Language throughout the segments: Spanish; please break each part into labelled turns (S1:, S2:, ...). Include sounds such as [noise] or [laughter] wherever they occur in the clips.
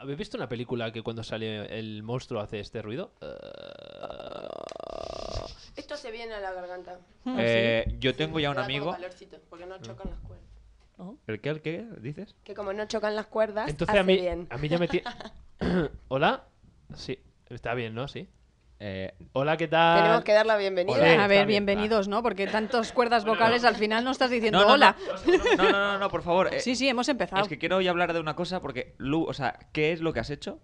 S1: ¿Habéis visto una película que cuando sale el monstruo hace este ruido? Eh,
S2: Esto se viene a la garganta.
S3: Ah,
S4: Eh, Yo tengo ya un
S2: Queda como
S4: amigo.
S2: calorcito, porque no chocan las cuerdas.
S4: ¿El qué? ¿El qué? ¿Dices?
S2: Que como no chocan las cuerdas,
S1: Entonces
S2: hace
S1: a mí,
S2: bien.
S1: a mí ya me
S2: [laughs]
S1: tiene... ¿Hola? Sí, está bien, ¿no? Sí.
S4: Eh,
S1: Hola, ¿qué tal?
S2: Tenemos que dar la bienvenida.
S4: Hola. Sí,
S3: a
S4: está
S3: ver,
S4: bien,
S3: bienvenidos, ¿no? Porque tantas cuerdas vocales al final no estás diciendo
S4: No, no,
S3: hola.
S4: No, no, no, no, por favor. eh,
S3: Sí, sí, hemos empezado.
S4: Es que quiero hoy hablar de una cosa porque, Lu, o sea, ¿qué es lo que has hecho?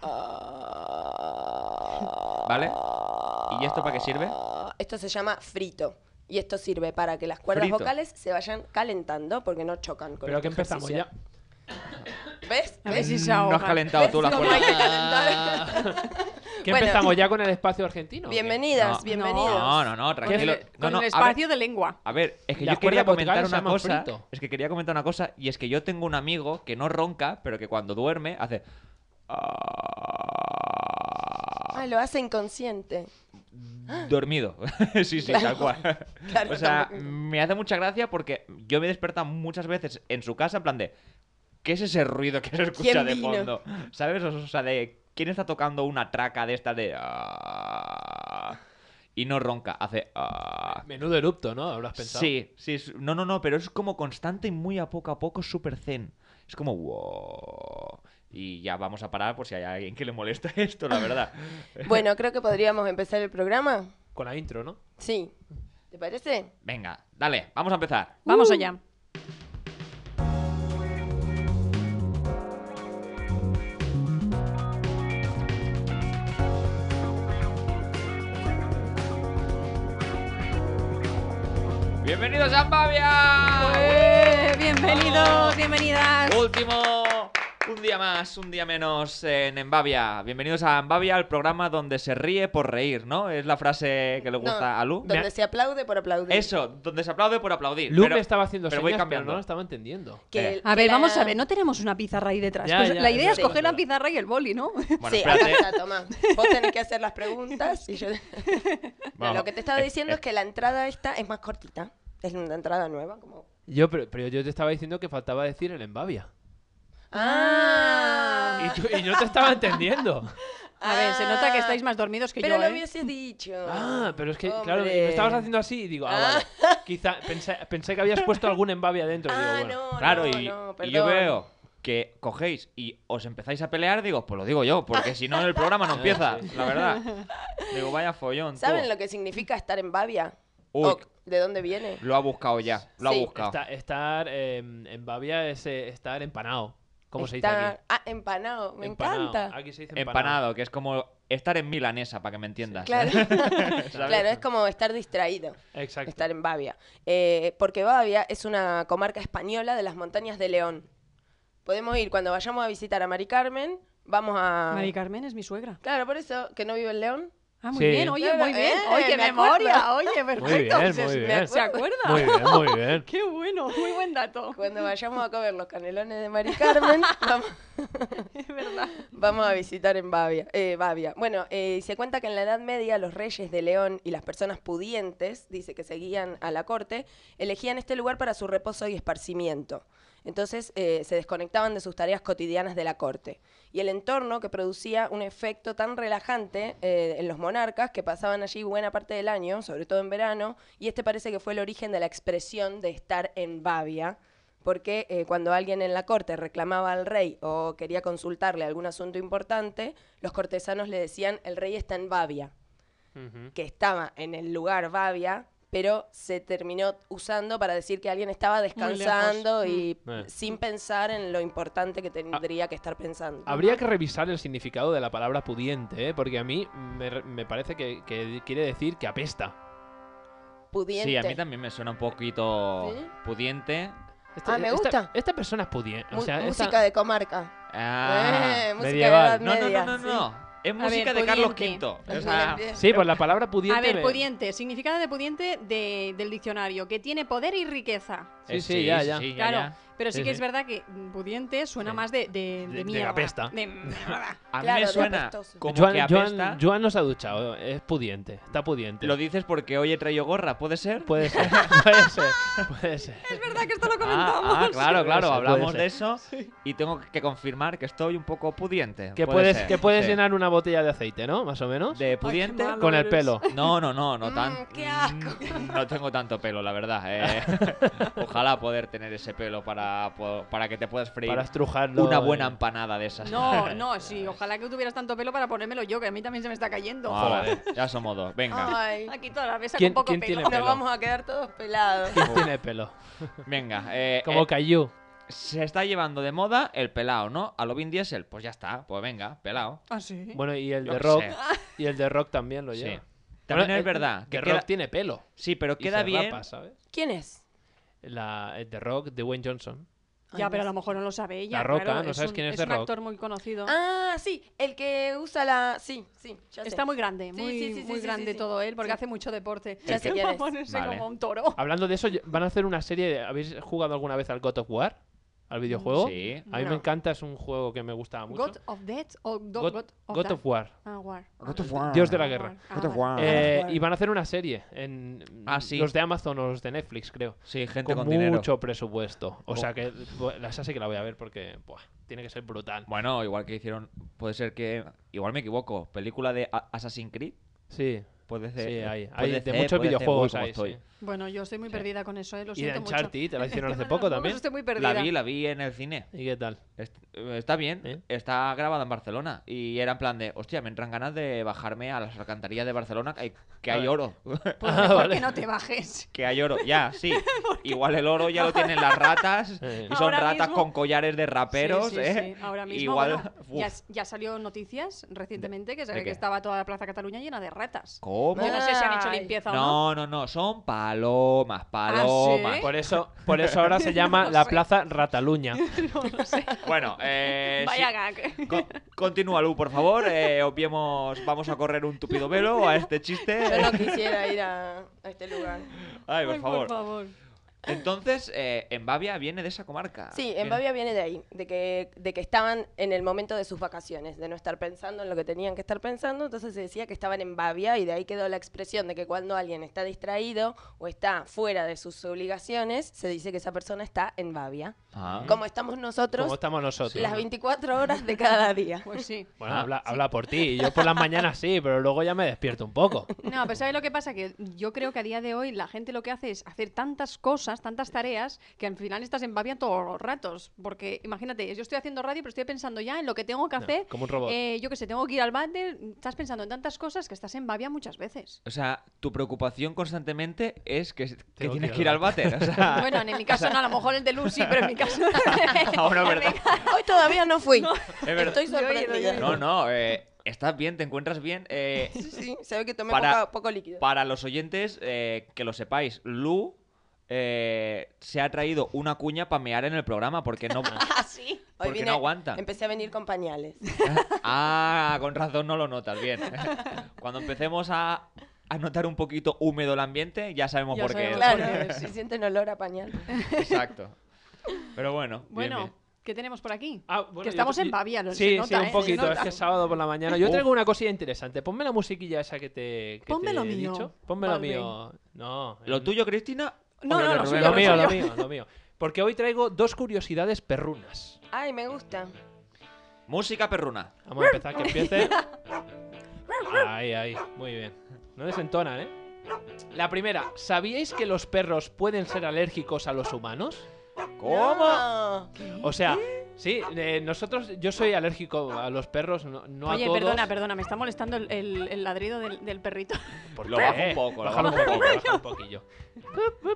S4: ¿Vale? ¿Y esto para qué sirve?
S2: Ah, Esto se llama frito. Y esto sirve para que las cuerdas
S4: Frito.
S2: vocales se vayan calentando porque no chocan con
S1: Pero que
S2: este
S1: empezamos
S2: ejercicio.
S1: ya.
S2: ¿Ves?
S3: A ver
S2: ¿Ves?
S3: si se
S4: No has
S3: ahoga.
S4: calentado tú la
S2: ¿Ves cómo
S4: cuerda.
S2: hay que calentar?
S1: [laughs] ¿Qué
S2: Bueno.
S1: empezamos ya con el espacio argentino?
S2: Bienvenidas,
S4: No.
S2: bienvenidos.
S4: No, no, no, tranquilo.
S1: Con
S4: No,
S3: Con
S4: no,
S3: el
S4: a ver,
S3: espacio de lengua.
S4: A ver, es que
S1: Las
S4: yo quería
S1: cuerdas vocales
S4: comentar
S1: se
S4: una
S1: llaman
S4: cosa.
S1: frito.
S4: Es que quería comentar una cosa, y es que yo tengo un amigo que no ronca, pero que cuando duerme hace.
S2: Ah, lo hace inconsciente.
S4: Dormido. [laughs] sí, sí, tal cual.
S2: Claro,
S4: o sea,
S2: tampoco.
S4: me hace mucha gracia porque yo me he despertado muchas veces en su casa en plan de. ¿Qué es ese ruido que se escucha
S2: ¿Quién
S4: de
S2: vino?
S4: fondo? ¿Sabes? O sea, de. ¿Quién está tocando una traca de esta de. "Ah", Y no ronca, hace. "Ah"?
S1: Menudo erupto, ¿no? Habrás pensado.
S4: Sí, sí, es- no, no, no, pero es como constante y muy a poco a poco súper zen. Es como wow. Y ya vamos a parar por si hay alguien que le molesta [laughs] esto, la verdad.
S2: Bueno, creo que podríamos empezar el programa.
S1: Con la intro, ¿no?
S2: Sí. ¿Te parece?
S4: Venga, dale, vamos a empezar.
S3: Vamos allá.
S4: ¡Bienvenidos a Ambavia!
S3: Eh,
S4: Oh.
S3: bienvenidos, bienvenidas.
S4: Último, un día más, un día menos en Embavia. Bienvenidos a Embavia, el programa donde se ríe por reír, ¿no? Es la frase que le gusta
S2: No,
S4: a Lu.
S2: Donde se aplaude por aplaudir.
S4: Eso, donde se aplaude por aplaudir.
S1: Lu
S4: pero-
S1: me estaba haciendo
S4: pero
S1: señas,
S4: voy
S1: pero
S4: cambiando.
S1: no lo estaba entendiendo.
S2: Que-
S3: A
S2: que
S3: ver,
S2: la-
S3: vamos a ver, no tenemos una pizarra ahí detrás.
S1: Ya,
S3: Pues
S1: ya,
S3: la
S1: es
S3: idea es
S1: verdad,
S3: coger
S1: es
S3: la
S1: verdad.
S3: pizarra y el boli, ¿no?
S4: Bueno,
S2: sí,
S4: espérate.
S2: avanza,
S3: [laughs]
S2: Tomás. Vos tenés que hacer las preguntas y yo... No,
S4: Vamos.
S2: lo que te estaba
S4: Eh,
S2: diciendo
S4: eh.
S2: es que la entrada esta es más cortita. Es una entrada nueva, como...
S1: Yo, pero, pero yo te estaba diciendo que faltaba decir el embavia.
S2: ¡Ah!
S1: Y, tú- y no te estaba
S2: [laughs]
S1: entendiendo.
S3: A ver, se nota que estáis más dormidos que
S2: Pero
S3: yo,
S2: lo
S3: ¿eh?
S2: hubiese dicho.
S1: Ah, pero es que, claro,
S2: Hombre.
S1: me estabas haciendo así y digo, ah, vale.
S2: [laughs]
S1: Quizá pensé, pensé que habías puesto algún embavia dentro. y
S2: Ah,
S1: digo, bueno.
S2: no,
S4: Claro,
S2: no,
S4: y,
S2: no,
S4: y yo
S2: perdón.
S4: veo que cogéis y os empezáis a pelear, digo, pues lo digo yo, porque si no el programa
S2: [laughs]
S4: no empieza,
S1: sí.
S4: la verdad. Digo, vaya follón. tú.
S2: ¿Saben lo que significa estar en Bavia?
S4: Uy.
S2: O, ¿De dónde viene?
S4: Lo ha buscado ya, lo
S2: Sí.
S4: ha buscado.
S1: Esta- estar eh, en Bavia es eh, estar empanado. ¿Cómo se dice
S2: Estar-
S1: aquí? Ah,
S2: Ah, empanado. Me
S1: Empanado.
S2: encanta.
S1: Aquí se dice
S4: [laughs]
S1: empanado.
S4: Empanado, que es como estar en milanesa, para que me entiendas. ¿eh?
S2: Claro.
S4: ¿Sabes?
S2: claro, es como estar distraído.
S1: Exacto.
S2: Estar en Bavia. Eh, porque Bavia es una comarca española de las montañas de León. Podemos ir cuando vayamos a visitar a Mari Carmen. Vamos a.
S3: Mari Carmen es mi suegra.
S2: Claro, por eso, que no vive en León.
S3: Ah, muy
S1: Sí.
S3: bien, oye,
S2: Claro,
S3: muy bien.
S2: eh,
S3: oye, qué
S2: me acuerdo.
S3: memoria, oye, perfecto.
S1: bien,
S3: se,
S1: muy
S3: me
S1: bien.
S3: ¿Se acuerda?
S1: Muy bien, muy
S2: [laughs]
S1: bien.
S3: Qué bueno, muy buen dato. [laughs]
S2: Cuando vayamos a comer los canelones de Mari Carmen, vamos,
S3: Es verdad.
S2: vamos a visitar en Bavia. eh, Bavia. Bueno, eh, se cuenta que en la Edad Media los reyes de León y las personas pudientes, dice que seguían a la corte, elegían este lugar para su reposo y esparcimiento. Entonces eh, se desconectaban de sus tareas cotidianas de la corte. Y el entorno que producía un efecto tan relajante eh, en los monarcas que pasaban allí buena parte del año, sobre todo en verano, y este parece que fue el origen de la expresión de estar en Bavia, porque eh, cuando alguien en la corte reclamaba al rey o quería consultarle algún asunto importante, los cortesanos le decían, el rey está en Bavia,
S1: Ujú.
S2: que estaba en el lugar Bavia, pero se terminó usando para decir que alguien estaba descansando y
S3: Mm.
S1: Eh.
S2: sin pensar en lo importante que tendría que estar pensando.
S1: Habría que revisar el significado de la palabra pudiente, ¿eh? porque a mí me, re- me parece que, que quiere decir que apesta.
S2: Pudiente.
S4: Sí, a mí también me suena un poquito
S2: ¿Sí?
S4: pudiente.
S2: Ah, me gusta.
S1: Este, esta persona es pudiente. O
S2: Mu-
S1: sea, esta-
S2: música de comarca.
S4: Ah.
S2: Eh, música
S1: medieval.
S2: de edad
S4: no, no,
S2: media.
S4: no, no, no. Es música
S3: ver,
S4: de Carlos
S3: pudiente.
S4: V. O sea,
S1: Sí, pues la palabra pudiente.
S3: A ver,
S1: me-
S3: pudiente, significado de pudiente de- del diccionario, que tiene poder y riqueza.
S1: Sí, sí, ya, ya.
S4: eh, sí,
S3: Claro,
S4: ya.
S3: pero sí,
S1: Sí,
S3: que
S1: sí.
S3: es verdad que mm, pudiente suena
S4: Sí.
S3: más de, de, de
S1: De- de
S3: mierda.
S1: apesta. [laughs]
S3: De mierda.
S4: A mí
S2: Claro,
S4: me
S2: de
S4: suena
S2: apestoso.
S4: como
S1: Joan,
S4: que
S1: Joan-
S4: apesta.
S1: Joan no se ha duchado, es pudiente, está pudiente.
S4: Lo dices porque hoy he traído gorra, ¿puede ser?
S1: Puede ser, puede ser, puede ser.
S3: es verdad que esto lo
S4: Ah,
S3: comentamos.
S4: ah,
S3: [laughs]
S4: claro, claro,
S1: ser,
S4: hablamos
S1: puede
S4: de eso y tengo que confirmar que estoy un poco pudiente.
S1: Que
S4: puede
S1: puedes,
S4: ser,
S1: que puedes
S4: sí.
S1: llenar una botella de aceite, ¿no? Más o menos.
S4: de pudiente.
S3: malo.
S1: Con el
S3: eres.
S1: pelo.
S4: No, no, no, no tan.
S2: Mm, qué asco.
S4: Mm, No tengo tanto pelo, la verdad.
S2: [laughs]
S4: eh. Ojalá poder tener ese pelo para, po- para que te puedas freír
S1: Para eh. estrujarlo.
S4: una
S1: y-
S4: buena empanada de
S1: [laughs]
S4: esas.
S3: No, no, sí, ojalá que tuvieras tanto pelo para ponérmelo yo, que a mí también se me está cayendo.
S4: Ah, Vale, ya somos dos. Venga,
S2: Ay,
S3: Aquí toda la mesa
S1: Ah. ¿Quién-
S3: con poco
S1: quién
S3: pelo.
S1: tiene pelo?
S2: nos vamos a quedar todos pelados.
S4: [laughs]
S1: ¿Quién tiene pelo?
S4: venga. eh,
S1: Como
S4: eh,
S1: Caillou.
S4: se está llevando de moda el pelao, ¿no? A lo Vin Diesel, pues ya está, pues venga, pelao.
S3: Ah, sí.
S1: Bueno, y el
S4: Yo
S1: de
S4: qué
S1: Rock.
S4: sé.
S1: Y el de Rock también lo
S4: Sí.
S1: lleva.
S4: También
S1: Bueno, eh,
S4: es verdad
S1: Que
S4: que
S1: Rock
S4: queda-
S1: tiene pelo.
S4: Sí, pero
S1: y
S4: queda
S1: se
S4: bien.
S1: rapa, ¿sabes?
S2: ¿Quién es?
S1: La, el de Rock de Wayne Johnson.
S3: ya, pero a lo mejor no lo sabe ella.
S1: La Roca,
S3: claro,
S1: ¿no
S3: es
S1: sabes
S3: un-
S1: quién es
S3: es
S1: The
S3: un
S1: Rock?
S3: actor muy conocido.
S2: Ah, sí, el que usa la... Sí, sí, ya sé.
S3: Está muy grande,
S2: Sí,
S3: muy,
S2: sí, sí,
S3: muy
S2: sí, sí,
S3: grande
S2: sí.
S3: todo él, porque
S2: Sí.
S3: hace mucho deporte.
S2: Ya sé
S3: Se
S2: quién
S3: va a
S2: es.
S3: ponerse
S4: Vale.
S3: como un toro.
S1: Hablando de eso, yo- van a hacer una serie. de- ¿Habéis jugado alguna vez al God of War? ¿Al videojuego?
S4: Sí.
S1: A mí
S2: No.
S1: me encanta, es un juego que me gustaba mucho.
S3: God of Death o do-
S1: God-
S3: God, of
S1: God
S3: Death?
S1: of War.
S3: Ah, War.
S1: Dios de la guerra.
S3: Ah,
S4: God of
S3: vale.
S4: War.
S1: Eh,
S2: War.
S1: y van a hacer una serie en
S4: Ah, sí.
S1: los de Amazon o los de Netflix, creo.
S4: Sí, gente
S1: Con,
S4: con, dinero.
S1: mucho presupuesto. O
S4: Oh.
S1: sea que bu- la- esa sí que la voy a ver porque buah, tiene que ser brutal.
S4: Bueno, igual que hicieron, puede ser que, igual me equivoco, película de A- Assassin's Creed,
S1: Sí,
S4: puede ser.
S1: sí, hay,
S4: puede
S1: hay de
S4: ser,
S1: muchos
S4: puede ser.
S1: videojuegos
S4: Uy, cómo
S1: hay,
S4: estoy.
S1: sí.
S3: Bueno, yo estoy muy
S4: Sí.
S3: perdida con eso, eh, lo
S1: Y de
S3: siento mucho.
S1: Uncharted, te la
S3: El
S1: hicieron
S3: [laughs] tema
S1: hace
S3: de
S1: poco
S3: los juegos
S1: también.
S3: Estoy muy
S4: La
S3: perdida.
S4: vi, la vi en el cine.
S1: ¿Y qué tal?
S4: Est- eh, Está bien,
S1: ¿Eh?
S4: está grabada en Barcelona. Y era en plan de, hostia, me entran ganas de bajarme a las alcantarillas de Barcelona, que hay, que hay oro.
S3: Pues
S1: Ah,
S3: mejor
S1: vale.
S3: que no te
S4: [laughs]
S3: bajes.
S4: que hay oro,
S1: [laughs]
S4: ya, sí. Igual el oro ya lo tienen las ratas.
S1: Eh.
S4: Y son
S3: Ahora
S4: ratas
S3: mismo-
S4: con collares de raperos,
S3: Sí, sí,
S4: ¿eh?
S3: sí, Ahora mismo,
S4: Igual.
S3: bueno, ya,
S4: Uf,
S3: ya salió noticias recientemente que, se
S4: de
S3: ve
S4: qué?
S3: que estaba toda la Plaza Cataluña llena de ratas.
S4: ¿Cómo?
S3: Yo no sé si han hecho
S2: Ay.
S3: limpieza o no.
S4: No, no, no, son palomas, palomas.
S3: ¿Eh?
S1: Por eso, por eso ahora
S3: [laughs]
S1: se llama
S3: No
S1: la
S3: sé.
S1: Plaza Rataluña.
S3: No [laughs] lo sé.
S4: Pues, Bueno, eh,
S3: Vaya
S4: sí.
S3: gag.
S4: Co- Continúa, Lu, por favor. Eh, obviemos, vamos a correr un tupido velo a este
S2: Yo
S4: chiste.
S2: no quisiera ir a, a este lugar.
S4: Ay, por
S3: Ay,
S4: favor.
S3: Por favor.
S4: Entonces, eh, Embavia viene de esa comarca.
S2: Sí,
S4: Viene-
S2: en Babia viene de ahí, de que, de que estaban en el momento de sus vacaciones, de no estar pensando en lo que tenían que estar pensando, entonces se decía que estaban en Babia y de ahí quedó la expresión de que cuando alguien está distraído o está fuera de sus obligaciones, se dice que esa persona está en Babia,
S4: Ah.
S2: como estamos nosotros
S1: Como estamos nosotros.
S2: las 24 horas de cada día.
S3: Pues sí.
S1: Bueno, habla, habla por ti. Yo por las mañanas sí, pero luego ya me despierto un
S3: [laughs]
S1: poco.
S3: No, pero ¿sabes lo que pasa? Que yo creo que a día de hoy la gente lo que hace es hacer tantas cosas, tantas tareas, que al final estás en Babia todos los ratos. Porque imagínate, yo estoy haciendo radio, pero estoy pensando ya en lo que tengo que
S1: No,
S3: hacer.
S1: como un robot.
S3: Eh, yo que sé, tengo que ir al váter. Estás pensando en tantas cosas que estás en Babia muchas veces.
S4: O sea, tu preocupación constantemente es que, que
S1: Tengo
S4: tienes que ir al váter. O
S1: Ah.
S4: sea,
S3: [laughs]
S4: [laughs]
S3: Bueno, en mi caso no, a lo mejor el de Lucy, pero en
S1: [laughs]
S3: mi caso...
S4: Ah, bueno,
S3: [laughs]
S4: verdad.
S2: Hoy todavía no fui.
S4: Es verdad.
S2: Estoy sorprendida.
S4: No, no, eh, estás bien, te encuentras bien. Eh,
S2: Sí, sí, se ve que tomé
S4: Para-
S2: poca- poco líquido.
S4: para los oyentes, eh, que lo sepáis, Lu eh, se ha traído una cuña para mear en el programa porque no...
S3: Ah, sí.
S2: Hoy
S4: porque no aguanta.
S2: Empecé a venir con pañales.
S4: Ah, con razón no lo notas bien. Cuando empecemos a, a notar un poquito húmedo el ambiente, ya sabemos
S3: Ya
S4: por qué.
S3: sabemos
S4: es.
S2: Claro, si sienten olor a pañal.
S4: Exacto. Pero bueno, bien,
S3: Bueno,
S4: bien.
S3: ¿qué tenemos por aquí?
S1: Ah, bueno,
S3: que
S1: yo
S3: estamos
S1: te-
S3: en Babia, lo
S1: Sí,
S3: se nota,
S1: sí,
S3: ¿eh?
S1: un
S3: Se
S1: poquito.
S3: nota.
S1: Es que es sábado por la mañana. Yo
S4: Uf.
S1: traigo una cosilla interesante. Ponme la musiquilla esa que te. Que
S3: Ponme
S1: te
S3: lo
S1: he
S3: mío,
S1: dicho. Ponme lo
S3: Balvin.
S1: mío. No.
S4: ¿Lo tuyo, Cristina? o
S3: No,
S4: lo
S3: no,
S4: de
S3: lo
S4: Rubén?
S3: suyo,
S1: Lo mío,
S3: suyo.
S1: lo mío, lo mío. Porque hoy traigo dos curiosidades perrunas.
S2: Ay, me gusta.
S4: Música perruna.
S1: Vamos a empezar, que empiece. Ahí, ahí, muy bien. No desentonan, ¿eh? La primera, ¿sabíais que los perros pueden ser alérgicos a los humanos?
S4: ¿Cómo?
S2: No.
S1: O sea, sí, eh, nosotros, yo soy alérgico a los perros, no, no
S3: Oye,
S1: a todos.
S3: perdona, perdona, me está molestando el, el- el ladrido del, del perrito. [laughs]
S1: ¿Por
S4: Lo
S1: qué?
S4: bajo un poco, lo
S1: Bájalo
S4: bajo un poco.
S1: baja un poquillo.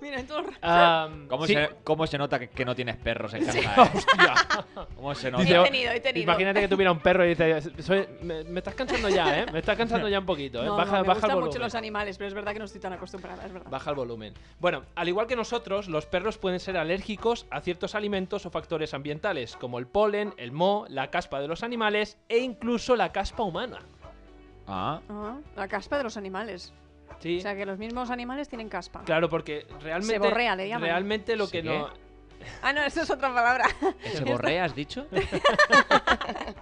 S3: Mira, en todo el-
S1: Am,
S4: ¿Cómo,
S1: sí. [laughs]
S4: se, cómo se nota que, que no tienes perros en casa? eh?
S1: Hostia.
S4: ¿Cómo se
S3: He
S4: nota?
S1: Dice-
S3: tenido, he
S1: [laughs]
S3: tenido.
S1: Imagínate que tuviera un perro y dices, "Soy- me, me estás cansando ya, ¿eh? Me estás cansando ya un poquito, ¿eh?
S3: No,
S1: baja
S3: no, me
S1: baja el
S3: gustan
S1: volumen.
S3: mucho los animales, pero es verdad que no estoy tan acostumbrada, es verdad.
S1: Baja el volumen. Bueno, al igual que nosotros, los perros pueden ser alérgicos a ciertos alimentos o factores ambientales, como el polen, el moho, la caspa de los animales e incluso la caspa humana.
S4: Ah,
S3: Ah, la caspa de los animales.
S1: Sí.
S3: O sea, que los mismos animales tienen caspa.
S1: Claro, porque realmente.
S3: borrea, le llaman.
S1: Realmente lo
S4: ¿Sí
S1: que
S4: qué?
S1: no.
S2: Ah, no, eso es otra palabra.
S4: ¿El borrea
S2: [laughs]
S4: has dicho?